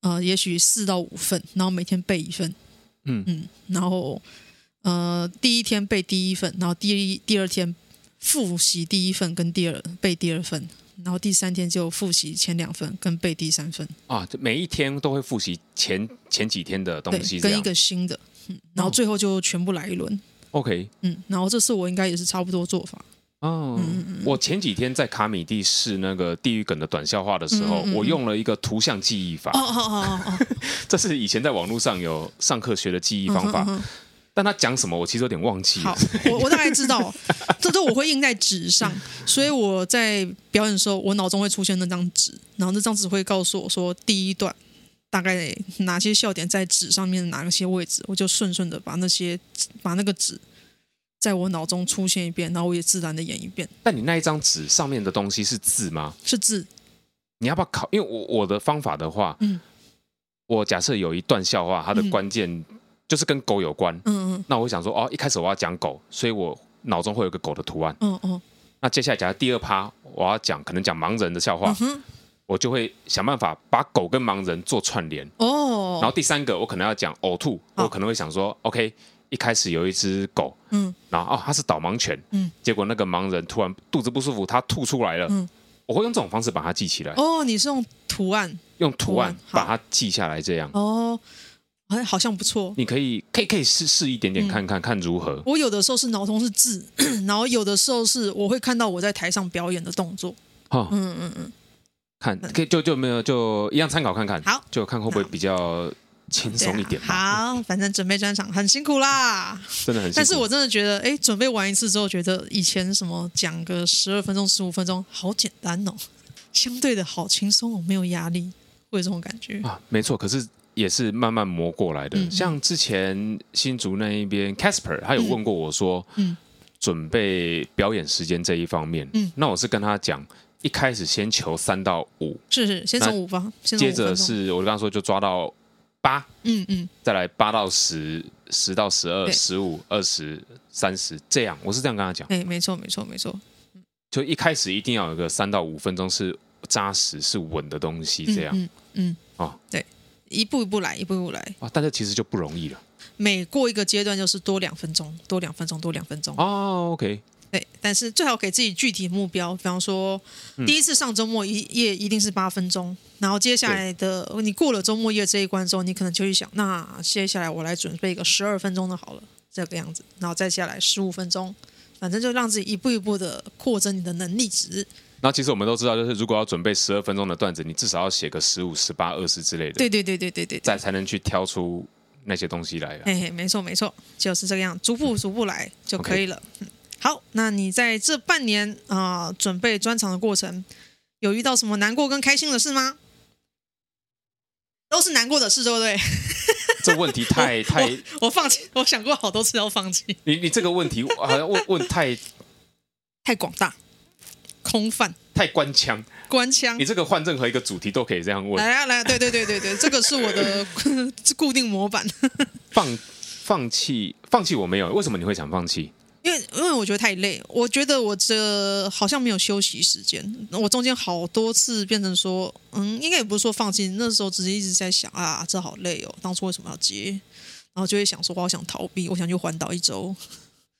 [SPEAKER 1] 呃，也许四到五份，然后每天背一份。
[SPEAKER 2] 嗯
[SPEAKER 1] 嗯，然后呃，第一天背第一份，然后第一第二天复习第一份跟第二背第二份，然后第三天就复习前两份跟背第三份，
[SPEAKER 2] 啊，就每一天都会复习前前几天的东
[SPEAKER 1] 对，
[SPEAKER 2] 西，这
[SPEAKER 1] 跟
[SPEAKER 2] 样
[SPEAKER 1] 一个新的，嗯，然后最后就全部来一轮，
[SPEAKER 2] OK。
[SPEAKER 1] 嗯，然后这次我应该也是差不多做法，嗯
[SPEAKER 2] 哦，我前几天在卡米蒂试那个地狱梗的短笑话的时候，
[SPEAKER 1] 嗯嗯嗯
[SPEAKER 2] 我用了一个图像记忆法，
[SPEAKER 1] 哦哦哦哦 哦，
[SPEAKER 2] 这是以前在网络上有上课学的记忆方法，
[SPEAKER 1] 嗯哼嗯哼
[SPEAKER 2] 但他讲什么我其实有点忘记了
[SPEAKER 1] 好。，我我大概知道，这都我会印在纸上，所以我在表演的时候，我脑中会出现那张纸，然后那张纸会告诉我说第一段大概哪些笑点在纸上面哪些位置，我就顺顺的把那些把那个纸在我脑中出现一遍，然后我也自然的演一遍，
[SPEAKER 2] 但你那一张纸上面的东西是字吗？
[SPEAKER 1] 是字，
[SPEAKER 2] 你要不要考？因为我我的方法的话，
[SPEAKER 1] 嗯
[SPEAKER 2] 我假设有一段笑话，它的
[SPEAKER 1] 嗯
[SPEAKER 2] 关键就是跟狗有关，
[SPEAKER 1] 嗯
[SPEAKER 2] 那我会想说，哦，一开始我要讲狗，所以我脑中会有一个狗的图案。
[SPEAKER 1] 嗯嗯嗯
[SPEAKER 2] 那接下来假如第二趴我要讲可能讲盲人的笑话，
[SPEAKER 1] 嗯哼，
[SPEAKER 2] 我就会想办法把狗跟盲人做串联。然后
[SPEAKER 1] 哦，
[SPEAKER 2] 第三个我可能要讲呕吐，
[SPEAKER 1] 好
[SPEAKER 2] 我可能会想说，OK，一开始有一只狗，
[SPEAKER 1] 嗯
[SPEAKER 2] 然后哦它是导盲犬，
[SPEAKER 1] 嗯
[SPEAKER 2] 结果那个盲人突然肚子不舒服，他吐出来了。
[SPEAKER 1] 嗯
[SPEAKER 2] 我会用这种方式把它记起来，
[SPEAKER 1] 哦，你是用图案
[SPEAKER 2] 用图案
[SPEAKER 1] 图
[SPEAKER 2] 把
[SPEAKER 1] 案好
[SPEAKER 2] 它记下来，这样。
[SPEAKER 1] 哦，哎，好像不错，
[SPEAKER 2] 你可以可以可以试试一点
[SPEAKER 1] 嗯
[SPEAKER 2] 点看看、看如何。
[SPEAKER 1] 我有的时候是脑中是字， 然后有的时候是我会看到我在台上表演的动作。
[SPEAKER 2] 哈、
[SPEAKER 1] 嗯嗯嗯，
[SPEAKER 2] 看可以就就没有就一样参考看看，
[SPEAKER 1] 好，
[SPEAKER 2] 就看会不会比较轻
[SPEAKER 1] 对啊
[SPEAKER 2] 松一点吧。
[SPEAKER 1] 好，反正准备专场很辛苦啦，
[SPEAKER 2] 真的很辛苦。
[SPEAKER 1] 但是我真的觉得，哎，准备完一次之后，觉得以前什么讲个十二分钟、十五分钟，好简单哦，相对的好轻松哦，没有压力，会有这种感觉。
[SPEAKER 2] 啊，没错，可是也是慢慢磨过来的。
[SPEAKER 1] 嗯嗯
[SPEAKER 2] 像之前新竹那一边，Casper 他有问过我说，
[SPEAKER 1] 嗯
[SPEAKER 2] 准备表演时间这一方面，
[SPEAKER 1] 嗯
[SPEAKER 2] 那我是跟他讲，一开始先求三到五，
[SPEAKER 1] 是是，先从五吧，先从
[SPEAKER 2] 接
[SPEAKER 1] 五分
[SPEAKER 2] 着
[SPEAKER 1] 钟。
[SPEAKER 2] 是我刚刚说就抓到八，
[SPEAKER 1] 嗯嗯，
[SPEAKER 2] 再来八到十，十到十二，
[SPEAKER 1] 对
[SPEAKER 2] 十五、二十、三十，这样，我是这样跟他讲，
[SPEAKER 1] 哎，没错没错没错，
[SPEAKER 2] 就一开始一定要有个三到五分钟是扎实、是稳的东西，这样
[SPEAKER 1] 嗯嗯嗯
[SPEAKER 2] 哦
[SPEAKER 1] 对，一步一步来，一步一步来，
[SPEAKER 2] 啊，但是其实就不容易了。
[SPEAKER 1] 每过一个阶段就是多两分钟，多两分钟，多两分钟。
[SPEAKER 2] 哦，OK，
[SPEAKER 1] 对，但是最好给自己具体目标，比方说，第一次上周末一夜一定是八分钟，然后接下来的你过了周末夜这一关之后，你可能就会想，那接下来我来准备一个十二分钟的好了，这个样子，然后再下来十五分钟，反正就让自己一步一步的扩增你的能力值。
[SPEAKER 2] 那其实我们都知道，就是如果要准备十二分钟的段子，你至少要写个十五、十八、二十之类的，
[SPEAKER 1] 对对对对对对对，
[SPEAKER 2] 再才能去挑出那些东西来啊。
[SPEAKER 1] 嘿嘿，没错没错，就是这个样，逐步逐步来就可以了。嗯好，那你在这半年啊、准备专场的过程，有遇到什么难过跟开心的事吗？都是难过的事，对不对？
[SPEAKER 2] 这问题 太太，
[SPEAKER 1] 我我放弃，我想过好多次要放弃，
[SPEAKER 2] 你你这个问题好像问问太
[SPEAKER 1] 太广大，空泛，
[SPEAKER 2] 太官腔，
[SPEAKER 1] 官腔
[SPEAKER 2] 你。这个换任何一个主题都可以这样问。
[SPEAKER 1] 来啊来啊，对对对对对，这个是我的 固定模板，
[SPEAKER 2] 放放弃放弃我没有，为什么你会想放弃？
[SPEAKER 1] 因为因为我觉得太累，我觉得我这好像没有休息时间，我中间好多次变成说，嗯，应该也不是说放弃，那时候只是一直在想啊，这好累哦，当初为什么要接？然后就会想说，哇我想逃避，我想去环岛一周，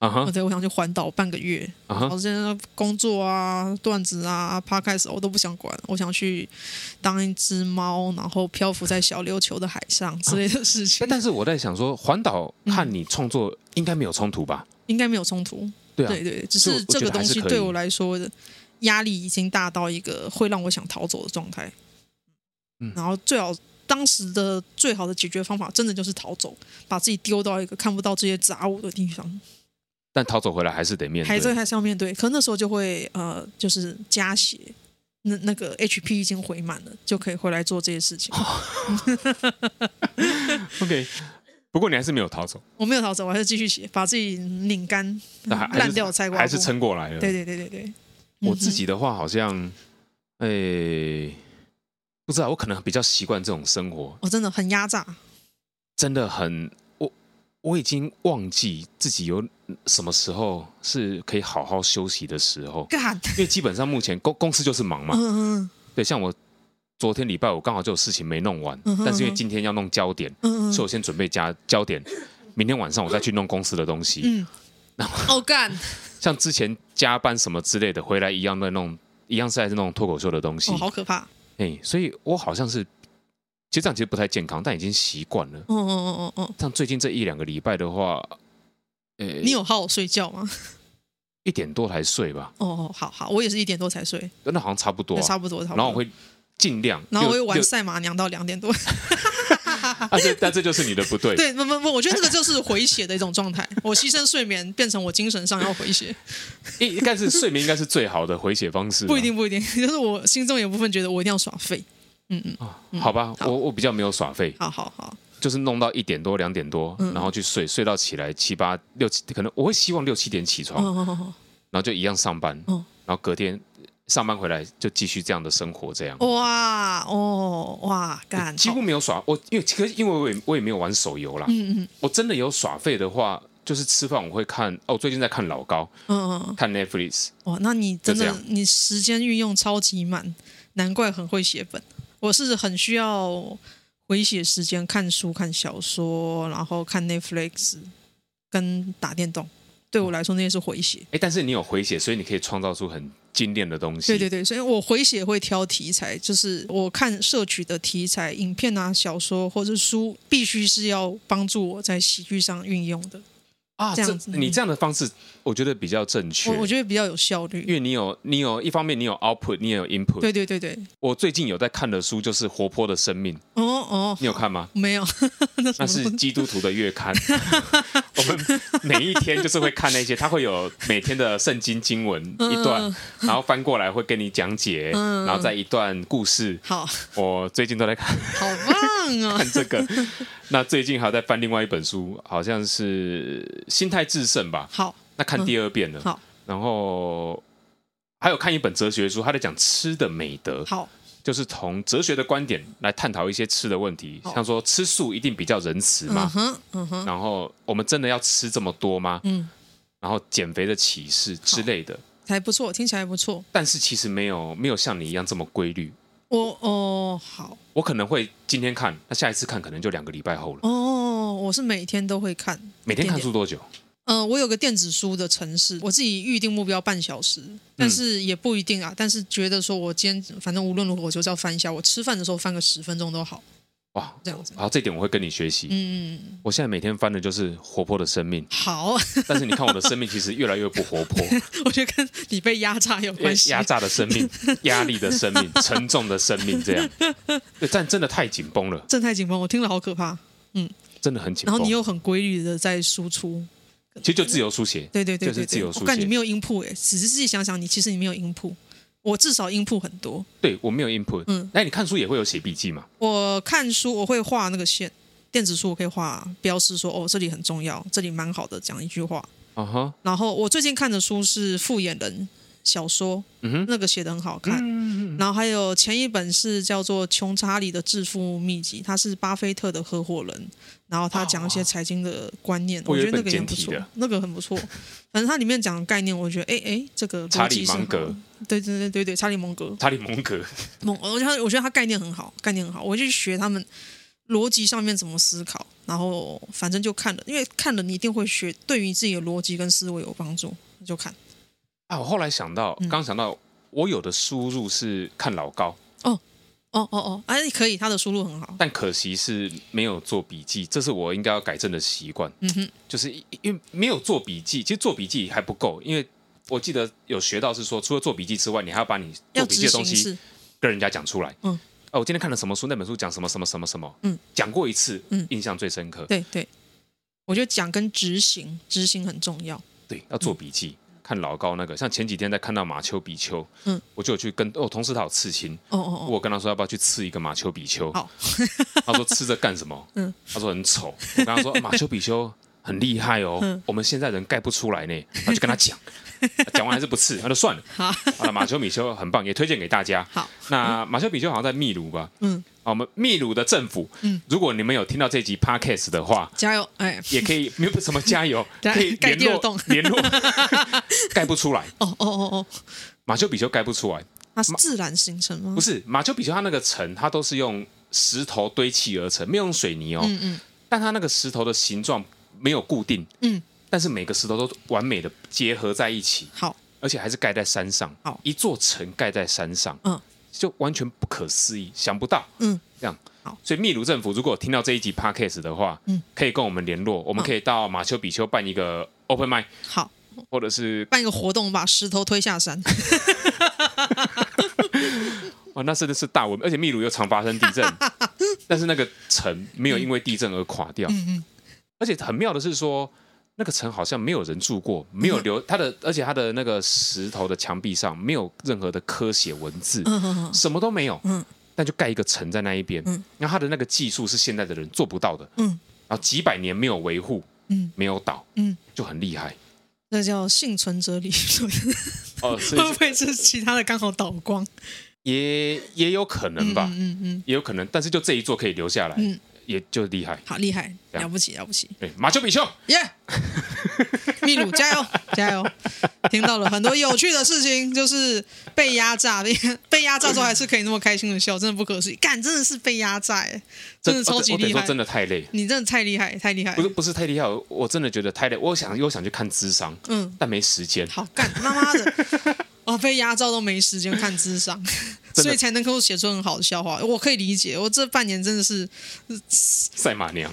[SPEAKER 2] 啊
[SPEAKER 1] 或
[SPEAKER 2] 哈
[SPEAKER 1] 者我想去环岛半个月，
[SPEAKER 2] 啊
[SPEAKER 1] 然
[SPEAKER 2] 哈，
[SPEAKER 1] 后现在工作啊、段子啊、p 开始我都不想管，我想去当一只猫，然后漂浮在小琉球的海上
[SPEAKER 2] 啊
[SPEAKER 1] 之类的事情，
[SPEAKER 2] 但是我在想说，环岛
[SPEAKER 1] 嗯
[SPEAKER 2] 和你创作应该没有冲突吧？
[SPEAKER 1] 应该没有冲突。
[SPEAKER 2] 对啊，
[SPEAKER 1] 对对，只
[SPEAKER 2] 所以
[SPEAKER 1] 是
[SPEAKER 2] 我
[SPEAKER 1] 这
[SPEAKER 2] 觉
[SPEAKER 1] 个
[SPEAKER 2] 得还
[SPEAKER 1] 东
[SPEAKER 2] 是
[SPEAKER 1] 西
[SPEAKER 2] 可
[SPEAKER 1] 对
[SPEAKER 2] 以
[SPEAKER 1] 我来说的压力已经大到一个会让我想逃走的状态。
[SPEAKER 2] 嗯
[SPEAKER 1] 然后最好当时的最好的解决方法，真的就是逃走，把自己丢到一个看不到这些杂物的地方，
[SPEAKER 2] 但逃走回来还是得面
[SPEAKER 1] 还是
[SPEAKER 2] 对。
[SPEAKER 1] 还是要面对。可那时候就会呃，就是加血。那那个 HP 已经回满了，就可以回来做这些事情。
[SPEAKER 2] 哦 OK，不过你还是没有逃走，
[SPEAKER 1] 我没有逃走，我还是继续写，把自己拧干、
[SPEAKER 2] 但还还
[SPEAKER 1] 烂
[SPEAKER 2] 是
[SPEAKER 1] 掉、菜瓜
[SPEAKER 2] 还是
[SPEAKER 1] 布
[SPEAKER 2] 撑过来了。
[SPEAKER 1] 对对对对对，嗯
[SPEAKER 2] 我自己的话好像，诶、不知道，我可能比较习惯这种生活，
[SPEAKER 1] 我、真的很压榨。
[SPEAKER 2] 真的很，我我已经忘记自己有什么时候是可以好好休息的时候，
[SPEAKER 1] 干，
[SPEAKER 2] 因为基本上目前公公司就是忙嘛，
[SPEAKER 1] 嗯嗯
[SPEAKER 2] 对，像我昨天礼拜五刚好就有事情没弄完
[SPEAKER 1] 嗯，哼
[SPEAKER 2] 但是因为
[SPEAKER 1] 嗯哼
[SPEAKER 2] 今天要弄焦点，
[SPEAKER 1] 嗯嗯
[SPEAKER 2] 所以我先准备加焦点，明天晚上我再去弄公司的东西，
[SPEAKER 1] 嗯，哦 干，
[SPEAKER 2] 像之前加班什么之类的，回来一样在弄，一样是在弄脱口秀的东西
[SPEAKER 1] 哦，，好可怕！
[SPEAKER 2] 哎，所以我好像是，其实这样其实不太健康，但已经习惯了。
[SPEAKER 1] 哦哦哦哦哦，
[SPEAKER 2] 像最近这一两个礼拜的话，呃，
[SPEAKER 1] 你有好好睡觉吗？
[SPEAKER 2] 一点多才睡吧，
[SPEAKER 1] 哦哦，好好，我也是一点多才睡，
[SPEAKER 2] 那好像差不多、啊，
[SPEAKER 1] 差不多差不多。
[SPEAKER 2] 然后我，会尽量，
[SPEAKER 1] 然后我会
[SPEAKER 2] 六
[SPEAKER 1] 玩
[SPEAKER 2] 六
[SPEAKER 1] 赛马娘到两点多。
[SPEAKER 2] 啊，这但这就是你的不 对。
[SPEAKER 1] 对，不不不，我觉得这个就是回血的一种状态。我牺牲睡眠，变成我精神上要回血，
[SPEAKER 2] 啊应应该是睡眠应该是最好的回血方式吧，
[SPEAKER 1] 不一定不一定， 就是我心中有部分觉得我一定要耍废。
[SPEAKER 2] 好吧，
[SPEAKER 1] 嗯好
[SPEAKER 2] 我我比较没有耍废，
[SPEAKER 1] 好好好，
[SPEAKER 2] 就是弄到一点多、两点多，
[SPEAKER 1] 嗯
[SPEAKER 2] 然后去睡，睡到起来七八六七，可能我会希望六七点起
[SPEAKER 1] 哦
[SPEAKER 2] 床，
[SPEAKER 1] 哦哦
[SPEAKER 2] 然后就一样上班，
[SPEAKER 1] 嗯
[SPEAKER 2] 然后隔天上班回来就继续这样的生活，这样
[SPEAKER 1] 哦，哇哦哇干，
[SPEAKER 2] 几乎
[SPEAKER 1] 好
[SPEAKER 2] 没有耍。我因为可是因为我也我也没有玩手游啦，
[SPEAKER 1] 嗯嗯
[SPEAKER 2] 我真的有耍废的话，就是吃饭我会看哦，我最近在看老高，
[SPEAKER 1] 嗯嗯嗯，
[SPEAKER 2] 看 Netflix，
[SPEAKER 1] 哇，那你真
[SPEAKER 2] 就这
[SPEAKER 1] 的
[SPEAKER 2] 样
[SPEAKER 1] 你时间运用超级满，难怪很会写本。我是很需要回写时间，看书、看小说，然后看 Netflix，跟打电动。对我来说，那些是回写。
[SPEAKER 2] 哎，但是你有回血，所以你可以创造出很精炼的东西。
[SPEAKER 1] 对对对，所以我回写会挑题材，就是我看摄取的题材，影片啊、小说或者书，必须是要帮助我在喜剧上运用的。
[SPEAKER 2] 啊，
[SPEAKER 1] 这
[SPEAKER 2] 这
[SPEAKER 1] 样子
[SPEAKER 2] 你这样的方式，我觉得比较正确
[SPEAKER 1] 我。我觉得比较有效率
[SPEAKER 2] 因。为你有你有一方面你有 output，你也有 input。
[SPEAKER 1] 对对对对，
[SPEAKER 2] 我最近有在看的书就是《活泼的生命》，
[SPEAKER 1] 哦哦，？
[SPEAKER 2] 你有看吗
[SPEAKER 1] 没有， 那什么
[SPEAKER 2] 那是基督徒的 月刊，我们每一天就是会看那些，它会有每天的圣经经文
[SPEAKER 1] 嗯
[SPEAKER 2] 一段，然后翻过来会跟你讲解，
[SPEAKER 1] 嗯
[SPEAKER 2] 然后再一段故事。
[SPEAKER 1] 好
[SPEAKER 2] 我最近都在看
[SPEAKER 1] 好棒哦！
[SPEAKER 2] 看 这个，那最近还有在翻另外一本书，好像是《心态制胜》吧？
[SPEAKER 1] 好
[SPEAKER 2] 那看第二遍了，
[SPEAKER 1] 嗯好
[SPEAKER 2] 然后还有看一本哲学书，他在讲吃的美德，
[SPEAKER 1] 好，
[SPEAKER 2] 就是从哲学的观点来探讨一些吃的问题，
[SPEAKER 1] 好
[SPEAKER 2] 像说吃素一定比较仁慈
[SPEAKER 1] 嗯
[SPEAKER 2] 嘛，
[SPEAKER 1] 哼，哦嗯哼，
[SPEAKER 2] 然后我们真的要吃这么多吗？
[SPEAKER 1] 嗯，
[SPEAKER 2] 然后减肥的启示之类的，
[SPEAKER 1] 还不错，听起来还不错。
[SPEAKER 2] 但是其实没有没有像你一样这么规律。
[SPEAKER 1] 我哦，好
[SPEAKER 2] 我可能会今天看，那下一次看可能就两个礼拜后了。
[SPEAKER 1] 哦，我是每天都会看，
[SPEAKER 2] 每天看
[SPEAKER 1] 一点
[SPEAKER 2] 书多久？
[SPEAKER 1] 点。呃，我有个电子书的城市，我自己预定目标半小时，
[SPEAKER 2] 嗯
[SPEAKER 1] 但是也不一定啊。但是觉得说我今天反正无论如何，我就是要翻一下。我吃饭的时候翻个十分钟都好。
[SPEAKER 2] 哇，
[SPEAKER 1] 这样子。，
[SPEAKER 2] 好，这点我会跟你学习。嗯嗯，我现在每天翻的就是活泼的生命
[SPEAKER 1] 好，
[SPEAKER 2] 但是你看我的生命其实越来越不 活泼，
[SPEAKER 1] 我觉得跟你被压榨有关系。
[SPEAKER 2] 压榨的生命、压力的生命、沉重的生命，这样，对，但真的太紧绷了，
[SPEAKER 1] 正太紧绷，我听了好可怕。
[SPEAKER 2] 真的很紧
[SPEAKER 1] 然后
[SPEAKER 2] 绷
[SPEAKER 1] 你。又很规律的在输出，
[SPEAKER 2] 其实就自由书写，
[SPEAKER 1] 对对对
[SPEAKER 2] 就
[SPEAKER 1] 对
[SPEAKER 2] 是自
[SPEAKER 1] 对，
[SPEAKER 2] 由
[SPEAKER 1] 我
[SPEAKER 2] 书
[SPEAKER 1] 看你
[SPEAKER 2] 写
[SPEAKER 1] 没。有 input 哎、仔细想想你，其实你没有 input。我至少 input 很多。
[SPEAKER 2] 对我没有 input，
[SPEAKER 1] 嗯
[SPEAKER 2] 那你看书也会有写笔记嘛？
[SPEAKER 1] 我看书我会画那个线，电子书我可以画标示说哦这里很重要，这里蛮好的，讲一句话。
[SPEAKER 2] 啊哈，
[SPEAKER 1] 然后我最近看的书是《复眼人》小说，
[SPEAKER 2] 嗯哼嗯
[SPEAKER 1] 那个写的很好看。然后还有前一本是叫做《穷查理的致富秘籍》，他是巴菲特的合伙人，然后他讲一些财经的观念，
[SPEAKER 2] 哦我
[SPEAKER 1] 我
[SPEAKER 2] 有一
[SPEAKER 1] 觉得那个也很不
[SPEAKER 2] 本简
[SPEAKER 1] 错
[SPEAKER 2] 体的，
[SPEAKER 1] 那个很不错。反正它里面讲的概念，我觉得哎哎，这个逻辑
[SPEAKER 2] 查理
[SPEAKER 1] 是嗯
[SPEAKER 2] 芒格
[SPEAKER 1] 好，对对对对对，查理芒格，
[SPEAKER 2] 查理蒙格，
[SPEAKER 1] 蒙，我觉得他我觉得他概念很好，概念很好，我去学他们逻辑上面怎么思考，然后反正就看了，因为看了你一定会学，对于自己的逻辑跟思维有帮助，你就看。
[SPEAKER 2] 啊，我后来想到，
[SPEAKER 1] 嗯
[SPEAKER 2] 刚想到，我有的输入是看老高，
[SPEAKER 1] 哦哦哦，哎，可以，他的输入很好。
[SPEAKER 2] 但可惜是没有做笔记，这是我应该要改正的习惯。
[SPEAKER 1] 嗯哼，
[SPEAKER 2] 就是因因为没有做笔记，其实做笔记还不够，因为我记得有学到是说，除了做笔记之外，你还要把你做
[SPEAKER 1] 要
[SPEAKER 2] 笔
[SPEAKER 1] 执
[SPEAKER 2] 记的
[SPEAKER 1] 行
[SPEAKER 2] 东西
[SPEAKER 1] 是，
[SPEAKER 2] 跟人家讲出来。
[SPEAKER 1] 嗯。
[SPEAKER 2] 哦，我今天看了什么书？那本书讲什么什么什么什么？
[SPEAKER 1] 嗯，
[SPEAKER 2] 讲过一次，
[SPEAKER 1] 嗯
[SPEAKER 2] 印象最深刻。
[SPEAKER 1] 对对，我觉得讲跟执行，执行很重要。
[SPEAKER 2] 对，要做笔记。看老高那个，像前几天在看到马丘比丘，
[SPEAKER 1] 嗯，
[SPEAKER 2] 我就有去跟哦，同事他有刺青，
[SPEAKER 1] 哦哦哦，哦
[SPEAKER 2] 我跟他说要不要去刺一个马丘比丘，
[SPEAKER 1] 好，
[SPEAKER 2] 他说吃这干什么？
[SPEAKER 1] 嗯
[SPEAKER 2] 他说很丑。我跟他说啊马丘比丘很厉害哦，
[SPEAKER 1] 嗯
[SPEAKER 2] 我们现在人盖不出来呢。他就跟他讲，讲完还是不刺，他就算了。
[SPEAKER 1] 好，
[SPEAKER 2] 好了，马丘比丘很棒，也推荐给大家。
[SPEAKER 1] 好，
[SPEAKER 2] 那马丘比丘好像在秘鲁吧？
[SPEAKER 1] 嗯，
[SPEAKER 2] 啊，我们秘鲁的政府，嗯，如果你们有听到这集 podcast 的话，
[SPEAKER 1] 加油，哎，
[SPEAKER 2] 也可以没有什么加油，
[SPEAKER 1] 对
[SPEAKER 2] 可以
[SPEAKER 1] 盖
[SPEAKER 2] 联
[SPEAKER 1] 第二
[SPEAKER 2] 络
[SPEAKER 1] 栋
[SPEAKER 2] 联 络，盖不出来，
[SPEAKER 1] 哦哦哦哦，
[SPEAKER 2] 马丘比丘盖不出来，
[SPEAKER 1] 它是自然形成吗
[SPEAKER 2] 不？是马丘比丘它那个城，它都是用石头堆砌而成，没有用水泥哦。
[SPEAKER 1] 嗯嗯，
[SPEAKER 2] 但它那个石头的形状没有固定，
[SPEAKER 1] 嗯，
[SPEAKER 2] 但是每个石头都完美的结合在一起，
[SPEAKER 1] 好，
[SPEAKER 2] 而且还是盖在山上，
[SPEAKER 1] 好
[SPEAKER 2] 一座城盖在山上，
[SPEAKER 1] 嗯，
[SPEAKER 2] 就完全不可思议，想不到，
[SPEAKER 1] 嗯，
[SPEAKER 2] 这样
[SPEAKER 1] 好。
[SPEAKER 2] 所以秘鲁政府如果有听到这一集 podcast 的话，
[SPEAKER 1] 嗯，
[SPEAKER 2] 可以跟我们联络，我们
[SPEAKER 1] 好嗯
[SPEAKER 2] 可以到马丘比丘办一个 open mic，
[SPEAKER 1] 好，
[SPEAKER 2] 或者是
[SPEAKER 1] 办一个活动，把石头推下山。
[SPEAKER 2] 哇，哦那真的是大文，而且秘鲁又常发生 地震，但是那个城没有因为地震而垮
[SPEAKER 1] 嗯
[SPEAKER 2] 掉。而且很妙的是说，那个城好像没有人住过，没有留它的，而且它的那个石头的墙壁上没有任何的科写文字，
[SPEAKER 1] 嗯嗯嗯，
[SPEAKER 2] 什么都没有。
[SPEAKER 1] 嗯
[SPEAKER 2] 但就盖一个城在那一边，
[SPEAKER 1] 嗯
[SPEAKER 2] 然后它的那个技术是现在的人做不到的，
[SPEAKER 1] 嗯
[SPEAKER 2] 然后几百年没有维护，
[SPEAKER 1] 嗯
[SPEAKER 2] 没有倒，
[SPEAKER 1] 嗯，
[SPEAKER 2] 就很厉害。
[SPEAKER 1] 那叫幸存者理论。
[SPEAKER 2] 哦，所 以
[SPEAKER 1] 会不会是其他的刚好倒光？
[SPEAKER 2] 也也有可能吧，
[SPEAKER 1] 嗯嗯嗯，
[SPEAKER 2] 也有可能，但是就这一座可以留下来，
[SPEAKER 1] 嗯
[SPEAKER 2] 也就厉害。
[SPEAKER 1] 好厉害，
[SPEAKER 2] 这
[SPEAKER 1] 了
[SPEAKER 2] 样
[SPEAKER 1] 不起了不起，
[SPEAKER 2] 对，马丘比丘。
[SPEAKER 1] 耶、 秘鲁加油 加油！听到了很多有趣的事情，就是被压榨，被 被压榨之后还是可以那么开心的笑，真的不可思议。干，真的是被压榨哎、真的超级
[SPEAKER 2] 我得
[SPEAKER 1] 厉害
[SPEAKER 2] 我得哦
[SPEAKER 1] 哎
[SPEAKER 2] 说，真的太累，
[SPEAKER 1] 你真的太厉害太厉害
[SPEAKER 2] 不。是不是太厉害，我真的觉得太累。我想又想去看智商，
[SPEAKER 1] 嗯，
[SPEAKER 2] 但没时间。
[SPEAKER 1] 好干，妈妈的。 哦，被压榨都没时间看智 商，
[SPEAKER 2] 的
[SPEAKER 1] 所以才能够写出很好的笑话。我可以理解，我这半年真的是
[SPEAKER 2] 赛马娘，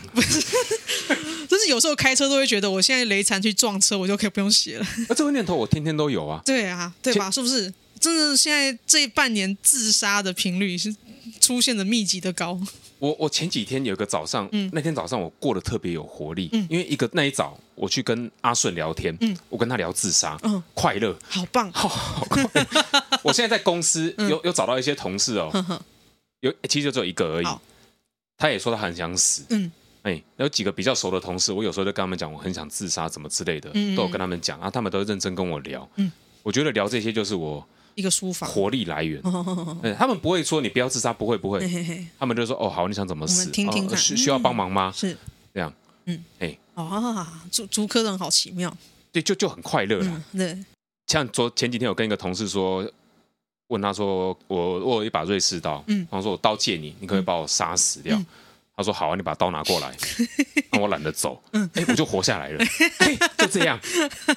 [SPEAKER 1] 就是有时候开车都会觉得，我现在雷残去撞车，我就可以不用写了。
[SPEAKER 2] 那这个念头我天天都有啊。
[SPEAKER 1] 对啊，对吧？是不是？真的，现在这半年自杀的频率是出现的密集的高。
[SPEAKER 2] 我我前几天有个早上，
[SPEAKER 1] 嗯
[SPEAKER 2] 那天早上我过得特别有活力，因为一个那一早我去跟阿顺聊天，我跟他聊自杀，
[SPEAKER 1] 嗯
[SPEAKER 2] 快乐，
[SPEAKER 1] 好棒！
[SPEAKER 2] 好好快乐。 我现在在公司
[SPEAKER 1] 嗯
[SPEAKER 2] 有有找到一些同事哦，
[SPEAKER 1] 呵呵，
[SPEAKER 2] 有其实就只有一个而已
[SPEAKER 1] 嗯好，
[SPEAKER 2] 他也说他很想死，
[SPEAKER 1] 嗯
[SPEAKER 2] 哎，有几个比较熟的同事，我有时候就跟他们讲我很想自杀，怎么之类的，
[SPEAKER 1] 嗯嗯
[SPEAKER 2] 都有跟他们讲啊，他们都认真跟我聊。
[SPEAKER 1] 嗯
[SPEAKER 2] 我觉得聊这些就是我
[SPEAKER 1] 一个书 房。
[SPEAKER 2] 活力来源。
[SPEAKER 1] 哦哦哦
[SPEAKER 2] 嗯，他们不会说你不要自杀，不会不
[SPEAKER 1] 嘿
[SPEAKER 2] 会，
[SPEAKER 1] 嘿嘿，
[SPEAKER 2] 他们就说哦好，你想怎么
[SPEAKER 1] 我
[SPEAKER 2] 死？
[SPEAKER 1] 们听听
[SPEAKER 2] 哦
[SPEAKER 1] 看
[SPEAKER 2] 需
[SPEAKER 1] 嗯
[SPEAKER 2] 需要帮忙吗？
[SPEAKER 1] 是
[SPEAKER 2] 这样，
[SPEAKER 1] 嗯，
[SPEAKER 2] 哎，
[SPEAKER 1] 啊，竹竹科人好奇妙。
[SPEAKER 2] 对，啊就就很快乐啦。
[SPEAKER 1] 嗯，对，
[SPEAKER 2] 像昨前几天我跟一个同事说，问他说我我有一把瑞士刀，
[SPEAKER 1] 嗯
[SPEAKER 2] 然后说我刀借你，你可不可以把我杀死掉？
[SPEAKER 1] 嗯
[SPEAKER 2] 他说好啊，你把刀拿 过来，那我懒得走，
[SPEAKER 1] 嗯
[SPEAKER 2] 哎、我就活下来了，哎，就这样，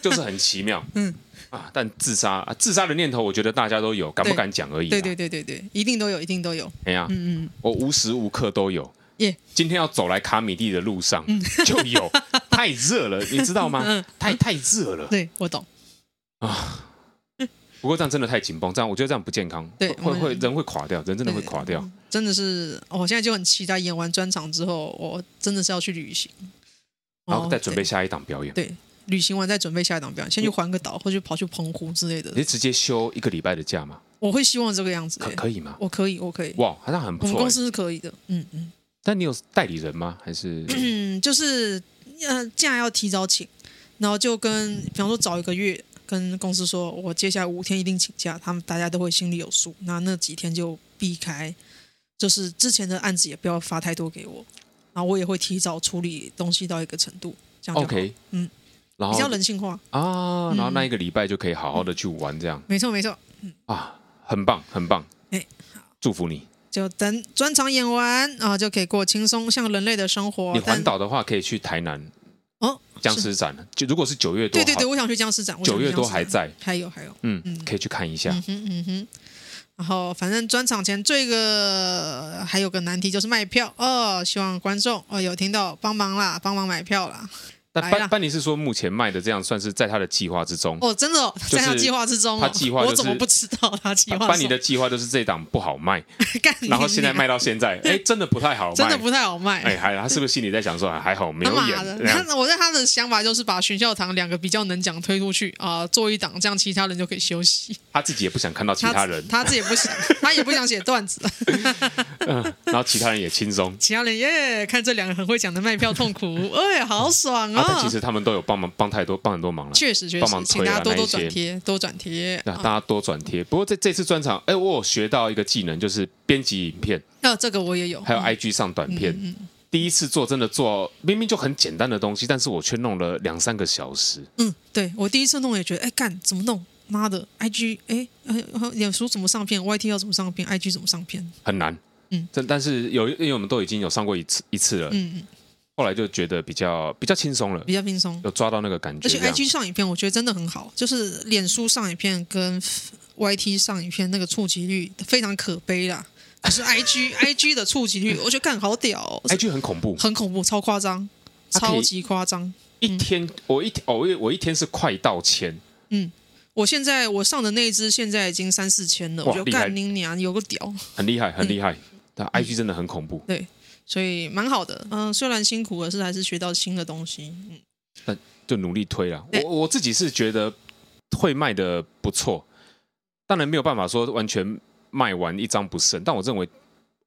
[SPEAKER 2] 就是很奇妙，
[SPEAKER 1] 嗯
[SPEAKER 2] 啊，但自杀啊，自杀的念头，我觉得大家都有，敢不敢讲而已、
[SPEAKER 1] 对对，对对对，一定都有，一定都有。
[SPEAKER 2] 哎呀、
[SPEAKER 1] 嗯嗯，
[SPEAKER 2] 我无时无刻都有，
[SPEAKER 1] 耶
[SPEAKER 2] 今天要走来卡米蒂的路上
[SPEAKER 1] 嗯
[SPEAKER 2] 就 有，太热了，你知道吗？太太热了。
[SPEAKER 1] 对我懂，
[SPEAKER 2] 不过这样真的太紧绷，这样我觉得这样不健康，
[SPEAKER 1] 对
[SPEAKER 2] 会
[SPEAKER 1] 我
[SPEAKER 2] 会人会垮掉，人真的会垮掉。
[SPEAKER 1] 真的是，哦我现在就很期待演完专场之后，我真的是要去旅行，
[SPEAKER 2] 然后再准备
[SPEAKER 1] 哦
[SPEAKER 2] 下一档表演，
[SPEAKER 1] 对对旅行完再准备下一档表演，先去环个岛，或去跑去澎湖之类的
[SPEAKER 2] 你，是直接休一个礼拜的假吗？
[SPEAKER 1] 我会希望这个样子、
[SPEAKER 2] 嗯可
[SPEAKER 1] 欸
[SPEAKER 2] 可以吗？
[SPEAKER 1] 我可以，我可以，
[SPEAKER 2] 哇，好像很不
[SPEAKER 1] 我们
[SPEAKER 2] 错
[SPEAKER 1] 公
[SPEAKER 2] 欸。
[SPEAKER 1] 司是可以的，嗯嗯
[SPEAKER 2] 但你有代理人吗？还是
[SPEAKER 1] 嗯，就是呃假要提早请，然后就跟比方说找一个月。跟公司说，我接下来五天一定请假，他们大家都会心里有数。那那几天就避开，就是之前的案子也不要发太多给我，然后我也会提早处理东西到一个程度，这样就好
[SPEAKER 2] OK？
[SPEAKER 1] 嗯，
[SPEAKER 2] 然
[SPEAKER 1] 比
[SPEAKER 2] 后
[SPEAKER 1] 较人性化。
[SPEAKER 2] 啊，然后
[SPEAKER 1] 嗯
[SPEAKER 2] 那一个礼拜就可以好好的去玩，这样
[SPEAKER 1] 没错没错，
[SPEAKER 2] 啊，很棒，很棒。
[SPEAKER 1] 嗯哎
[SPEAKER 2] 祝福你。
[SPEAKER 1] 就等专场演完啊，就可以过轻松像人类的生活。
[SPEAKER 2] 你环
[SPEAKER 1] 但
[SPEAKER 2] 岛的话，可以去台南
[SPEAKER 1] 哦，
[SPEAKER 2] 僵
[SPEAKER 1] 是
[SPEAKER 2] 尸展，就如果是九月多，
[SPEAKER 1] 对对对，
[SPEAKER 2] 好，
[SPEAKER 1] 我想去僵尸展，我想
[SPEAKER 2] 九
[SPEAKER 1] 去
[SPEAKER 2] 月多
[SPEAKER 1] 僵尸
[SPEAKER 2] 还
[SPEAKER 1] 展，
[SPEAKER 2] 在，
[SPEAKER 1] 还有还有，
[SPEAKER 2] 嗯，可以去看一下
[SPEAKER 1] 嗯。哼嗯哼。然后反正专场前最个还有个难题就是卖票哦，希望观众哦有听到帮忙啦，帮忙买票啦。
[SPEAKER 2] 但
[SPEAKER 1] 来啦
[SPEAKER 2] 班班尼是说，目前卖的这样算是在他的计划之中。
[SPEAKER 1] 哦，真的、哦
[SPEAKER 2] 是
[SPEAKER 1] 在他计划之中、哦，
[SPEAKER 2] 他计划
[SPEAKER 1] 我
[SPEAKER 2] 就是
[SPEAKER 1] 怎么不知道他计划？
[SPEAKER 2] 班尼的计划就是这档不好卖，
[SPEAKER 1] 干你娘，
[SPEAKER 2] 然后现在卖到 现在，哎，真的不太好卖，
[SPEAKER 1] 真的不太好卖。
[SPEAKER 2] 哎，还他是不是心里在想说，还好没
[SPEAKER 1] 他
[SPEAKER 2] 有
[SPEAKER 1] 妈的
[SPEAKER 2] 演，，这样
[SPEAKER 1] 他我在他的想法就是把学校堂两个比较能讲推出去啊、做一档，这样其他人就可以休息。
[SPEAKER 2] 他自己也不想看到其他人，
[SPEAKER 1] 他自己也不 想，他也不想写段子，
[SPEAKER 2] 然后其他人也轻松。
[SPEAKER 1] 其他人耶，看这两个很会讲的卖票痛苦，哎，好爽
[SPEAKER 2] 啊，但其
[SPEAKER 1] 哦！
[SPEAKER 2] 实他们都有帮忙，帮太多，帮很多忙了。
[SPEAKER 1] 确实确
[SPEAKER 2] 帮
[SPEAKER 1] 实，
[SPEAKER 2] 忙
[SPEAKER 1] 请
[SPEAKER 2] 推
[SPEAKER 1] 大
[SPEAKER 2] 啊
[SPEAKER 1] 家多
[SPEAKER 2] 那
[SPEAKER 1] 多
[SPEAKER 2] 一
[SPEAKER 1] 转
[SPEAKER 2] 些。
[SPEAKER 1] 贴，多转贴。
[SPEAKER 2] 那大
[SPEAKER 1] 啊
[SPEAKER 2] 家多转贴。不过这这次专场，哎，我有学到一个技能，就是编辑影片，
[SPEAKER 1] 那这个我也有，
[SPEAKER 2] 还有 IG 上短片。
[SPEAKER 1] 嗯
[SPEAKER 2] 第一次做真的做，明明就很简单的东西，但是我却弄了两三个小时。
[SPEAKER 1] 嗯，对我第一次弄也觉得，哎，干怎么弄？妈的，IG 哎，呃脸书怎么上片？YT 要怎么上片？IG 怎么上片？
[SPEAKER 2] 很难。
[SPEAKER 1] 嗯
[SPEAKER 2] 嗯，但但是有，因为我们都已经有上过一次一次了，
[SPEAKER 1] 嗯，嗯
[SPEAKER 2] 后来就觉得比较比较轻松了，
[SPEAKER 1] 比较轻松。
[SPEAKER 2] 有抓到那个感觉
[SPEAKER 1] 而
[SPEAKER 2] 这
[SPEAKER 1] 且
[SPEAKER 2] 样。
[SPEAKER 1] IG 上影片，我觉得真的很好，就是脸书上影片跟 YT 上影片那个触及率非常可悲啦。可是 IG IG 的触及率，我觉得干好屌、哦，
[SPEAKER 2] IG 很恐怖，
[SPEAKER 1] 很恐怖，超夸张，
[SPEAKER 2] 哎它可以
[SPEAKER 1] 超级夸张。
[SPEAKER 2] 一天、我一天哦，我一我一天是快到千，
[SPEAKER 1] 我现在我上的那一支现在已经三四千了，
[SPEAKER 2] 哇
[SPEAKER 1] 我觉得
[SPEAKER 2] 厉害
[SPEAKER 1] 干你娘有个屌，
[SPEAKER 2] 很厉
[SPEAKER 1] 嗯
[SPEAKER 2] 害，很厉害。但 IG 真的很恐怖，
[SPEAKER 1] 对，所以蛮好的。嗯、虽然辛苦，可是还是学到新的东西。嗯，
[SPEAKER 2] 就努力推了。
[SPEAKER 1] 对
[SPEAKER 2] 我我自己是觉得会卖的不错，当然没有办法说完全卖完一张不剩，但我认为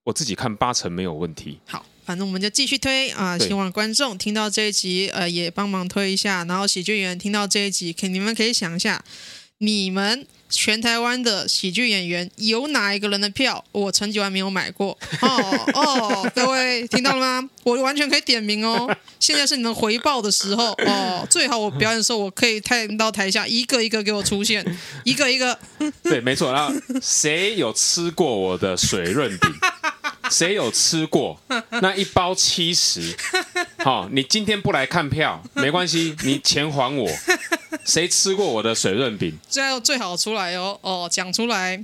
[SPEAKER 2] 我自己看八成没有问题。
[SPEAKER 1] 好，反正我们就继续推啊、
[SPEAKER 2] 对
[SPEAKER 1] 希望观众听到这一集，呃，也帮忙推一下。然后喜剧演员听到这一集，可你们可以想一下，你们全台湾的喜剧演员有哪一个人的票我陈九还没有买过？哦哦，各位听到了吗？我完全可以点名哦。现在是你们回报的时候哦，最好我表演的时候，我可以看到台下一个一个给我出现，一个一个。
[SPEAKER 2] 对，没错。然后谁有吃过我的水润饼？谁有吃过？那一包七十，好，你今天不来看票没关系，你钱还我。谁吃过我的水润饼？
[SPEAKER 1] 最后最好出来哦哦，讲出来，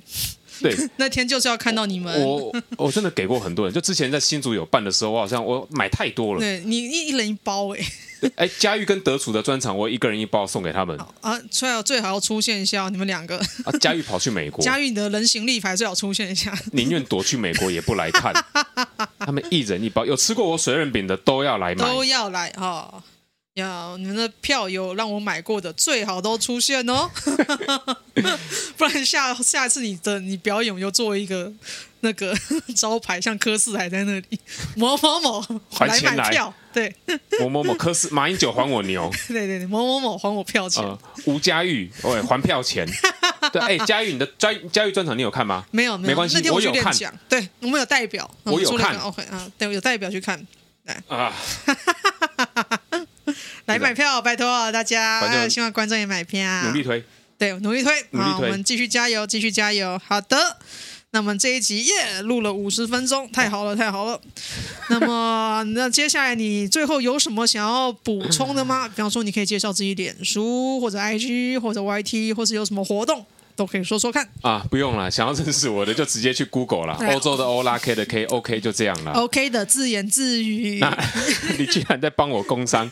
[SPEAKER 2] 对
[SPEAKER 1] 那天就是要看到你们。
[SPEAKER 2] 我，我真的给过很多人。就之前在新竹有办的时候，我好像我买太多了。
[SPEAKER 1] 对你一一人一包哎、
[SPEAKER 2] 哎，佳玉跟德楚的专场，我一个人一包送给他们。
[SPEAKER 1] 啊，最好最好要出现一下哦、你们两个。
[SPEAKER 2] 啊，佳玉跑去 美国，
[SPEAKER 1] 佳玉，你的人形立牌最好出现一下。
[SPEAKER 2] 宁愿躲去美国也不来看。他们一人一包，有吃过我水润饼的都要来买。
[SPEAKER 1] 都要来哦。要你们的票有让我买过的，最好都出现 哦，不然下下次你的你表演我就做一个那个 招牌，像柯四还在那里，某某某
[SPEAKER 2] 还钱
[SPEAKER 1] 买
[SPEAKER 2] 来
[SPEAKER 1] 票，对
[SPEAKER 2] 某某某科斯马英九还我 牛。
[SPEAKER 1] 对对对，某某某还我票钱，
[SPEAKER 2] 呃，吴佳玉，喂，还 票钱。对，哎、佳玉，你的佳佳玉专场你有看吗？
[SPEAKER 1] 没有没有，
[SPEAKER 2] 没关系
[SPEAKER 1] 那天我
[SPEAKER 2] 我
[SPEAKER 1] 去
[SPEAKER 2] 有
[SPEAKER 1] 练
[SPEAKER 2] 看
[SPEAKER 1] 讲，对我们有代表，
[SPEAKER 2] 我有
[SPEAKER 1] 出来
[SPEAKER 2] 看
[SPEAKER 1] OK 啊，对，有代表去看，
[SPEAKER 2] 啊，
[SPEAKER 1] 来
[SPEAKER 2] 是的
[SPEAKER 1] 买票，拜托大家，
[SPEAKER 2] 反正
[SPEAKER 1] 希望观众也买票，
[SPEAKER 2] 努力推，
[SPEAKER 1] 对，努力推，
[SPEAKER 2] 努力
[SPEAKER 1] 好，我
[SPEAKER 2] 推
[SPEAKER 1] 们继续加油，继续加油。好的，那么这一集耶，录了五十分钟，太好了，太好了。那么， 那接下来你最后有什么想要补 充的吗？比方说，你可以介绍自己脸书或者 IG 或者 YT，或是有什么活动都可以说说看。
[SPEAKER 2] 啊，不用了，想要认识我的就直接去 Google 啦。
[SPEAKER 1] 对啊哦
[SPEAKER 2] 欧洲的欧拉 K 的 K OK 就这样啦。
[SPEAKER 1] OK 的，自言自 语。
[SPEAKER 2] 那 你居然在帮我工 商，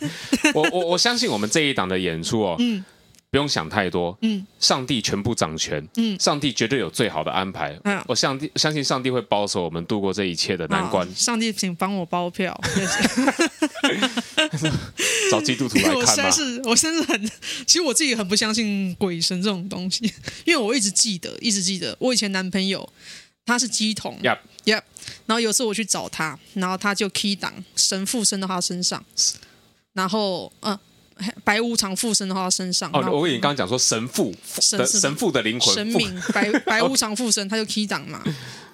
[SPEAKER 2] 我我我相信我们这一档的演出哦，
[SPEAKER 1] 嗯
[SPEAKER 2] 不用想太多，
[SPEAKER 1] 嗯，
[SPEAKER 2] 上帝全部掌权，
[SPEAKER 1] 嗯
[SPEAKER 2] 上帝绝对有最好的安排，
[SPEAKER 1] 嗯
[SPEAKER 2] 我上帝相信上帝会保守我们度过这一切的难关
[SPEAKER 1] 啊，上帝，请帮我包 票。
[SPEAKER 2] 找基督徒
[SPEAKER 1] 因为
[SPEAKER 2] 来
[SPEAKER 1] 我实
[SPEAKER 2] 看
[SPEAKER 1] 在
[SPEAKER 2] 吧。
[SPEAKER 1] 是，我真是很，其实我自己很不相信鬼神这种东西，因为我一直记得，一直记得我以前男朋友他是鸡童
[SPEAKER 2] Yup
[SPEAKER 1] yep，然后有一次我去找他，然后他就 key 档神附身到他身上，然后嗯、呃白无常附身到他身上，
[SPEAKER 2] 哦，
[SPEAKER 1] 然后嗯
[SPEAKER 2] 我跟你刚刚讲说神父
[SPEAKER 1] 神
[SPEAKER 2] 的
[SPEAKER 1] 是
[SPEAKER 2] 神父的灵魂，
[SPEAKER 1] 神
[SPEAKER 2] 父
[SPEAKER 1] 明白白无常附身，他就 key 档嘛。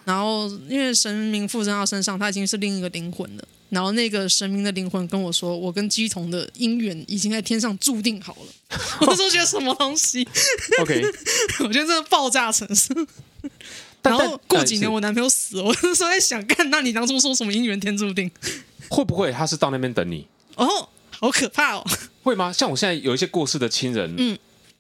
[SPEAKER 1] 然后因为神明附身到身上，他已经是另一个灵魂了。然后那个神明的灵魂跟我说，我跟鸡童的姻缘已经在天上注定好了。我那时候觉得什么东西，
[SPEAKER 2] OK，
[SPEAKER 1] 我觉得真的爆炸城市。
[SPEAKER 2] 但
[SPEAKER 1] 然后过几年
[SPEAKER 2] 但哎
[SPEAKER 1] 我男朋友死了，我那时候在想，干，那你当初说什么姻缘天注定？
[SPEAKER 2] 会不会他是到那边等你？
[SPEAKER 1] 哦，好可怕哦！
[SPEAKER 2] 会吗？像我现在有一些过世的亲人，
[SPEAKER 1] 嗯，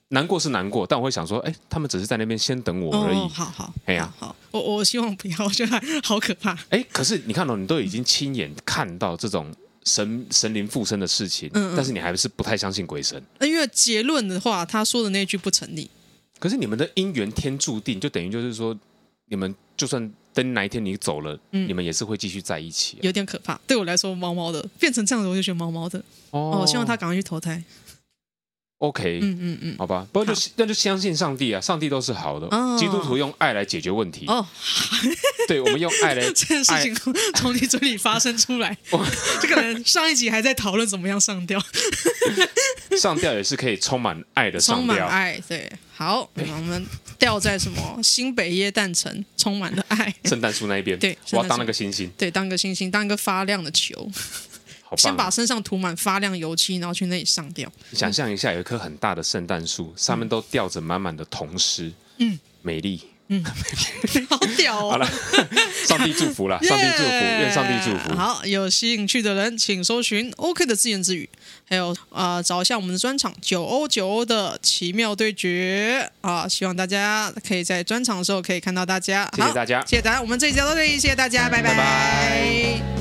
[SPEAKER 2] 难过是难过，但我会想说，哎，他们只是在那边先等我而已
[SPEAKER 1] 哦，。好好，
[SPEAKER 2] 哎呀
[SPEAKER 1] 好，好我我希望不要，我觉得好可怕。
[SPEAKER 2] 哎，可是你看到、哦、你都已经亲眼看到这种神神灵附身的事情，
[SPEAKER 1] 嗯嗯
[SPEAKER 2] 但是你还是不太相信鬼神。
[SPEAKER 1] 呃因为结论的话，他说的那句不成立。
[SPEAKER 2] 可是你们的姻缘天注定，就等于就是说，你们就算等哪一天你走了，
[SPEAKER 1] 嗯
[SPEAKER 2] 你们也是会继续在一起啊、
[SPEAKER 1] 有点可怕。对我来说，毛毛的变成这样子，我就觉得毛毛的。哦，我希望他赶快去投胎。
[SPEAKER 2] 哦 OK，、
[SPEAKER 1] 嗯嗯嗯。
[SPEAKER 2] 好吧，不过就那就相信上帝啊，上帝都是好的。
[SPEAKER 1] 哦
[SPEAKER 2] 基督徒用爱来解决问题，
[SPEAKER 1] 哦，
[SPEAKER 2] 对，我们用爱来
[SPEAKER 1] 这件事情 从你嘴里发生出来
[SPEAKER 2] 哎我，
[SPEAKER 1] 这个人上一集还在讨论怎么样上吊，
[SPEAKER 2] 上吊，也是可以充满爱的上啊
[SPEAKER 1] 充满
[SPEAKER 2] 吊。
[SPEAKER 1] 爱。对，好，那我们吊在什么新北耶诞城，充满了爱。
[SPEAKER 2] 圣诞树那一边，
[SPEAKER 1] 对
[SPEAKER 2] 我
[SPEAKER 1] 圣诞
[SPEAKER 2] 要
[SPEAKER 1] 树
[SPEAKER 2] 当那个星星，
[SPEAKER 1] 对，当一个星星，当一个发亮的球，
[SPEAKER 2] 好
[SPEAKER 1] 先
[SPEAKER 2] 棒
[SPEAKER 1] 把
[SPEAKER 2] 啊、
[SPEAKER 1] 嗯身上涂满发亮油漆，然后去那里上吊。
[SPEAKER 2] 想象一下，有一棵很大的圣诞树，上面都吊着满满的铜狮，
[SPEAKER 1] 嗯，
[SPEAKER 2] 美丽。
[SPEAKER 1] 好屌
[SPEAKER 2] 好
[SPEAKER 1] 哦
[SPEAKER 2] 了！， 上帝祝福啦，上帝 祝福，愿上帝祝福。
[SPEAKER 1] 好，有兴趣的人请搜寻 OK 的自言自语，还有啊、呃找一下我们的专场九欧九欧的奇妙对决啊、希望大家可以在专场的时候可以看到大家。
[SPEAKER 2] 谢谢
[SPEAKER 1] 好
[SPEAKER 2] 大家
[SPEAKER 1] 谢谢大家，我们这一集到这里，谢谢大家，拜
[SPEAKER 2] 拜拜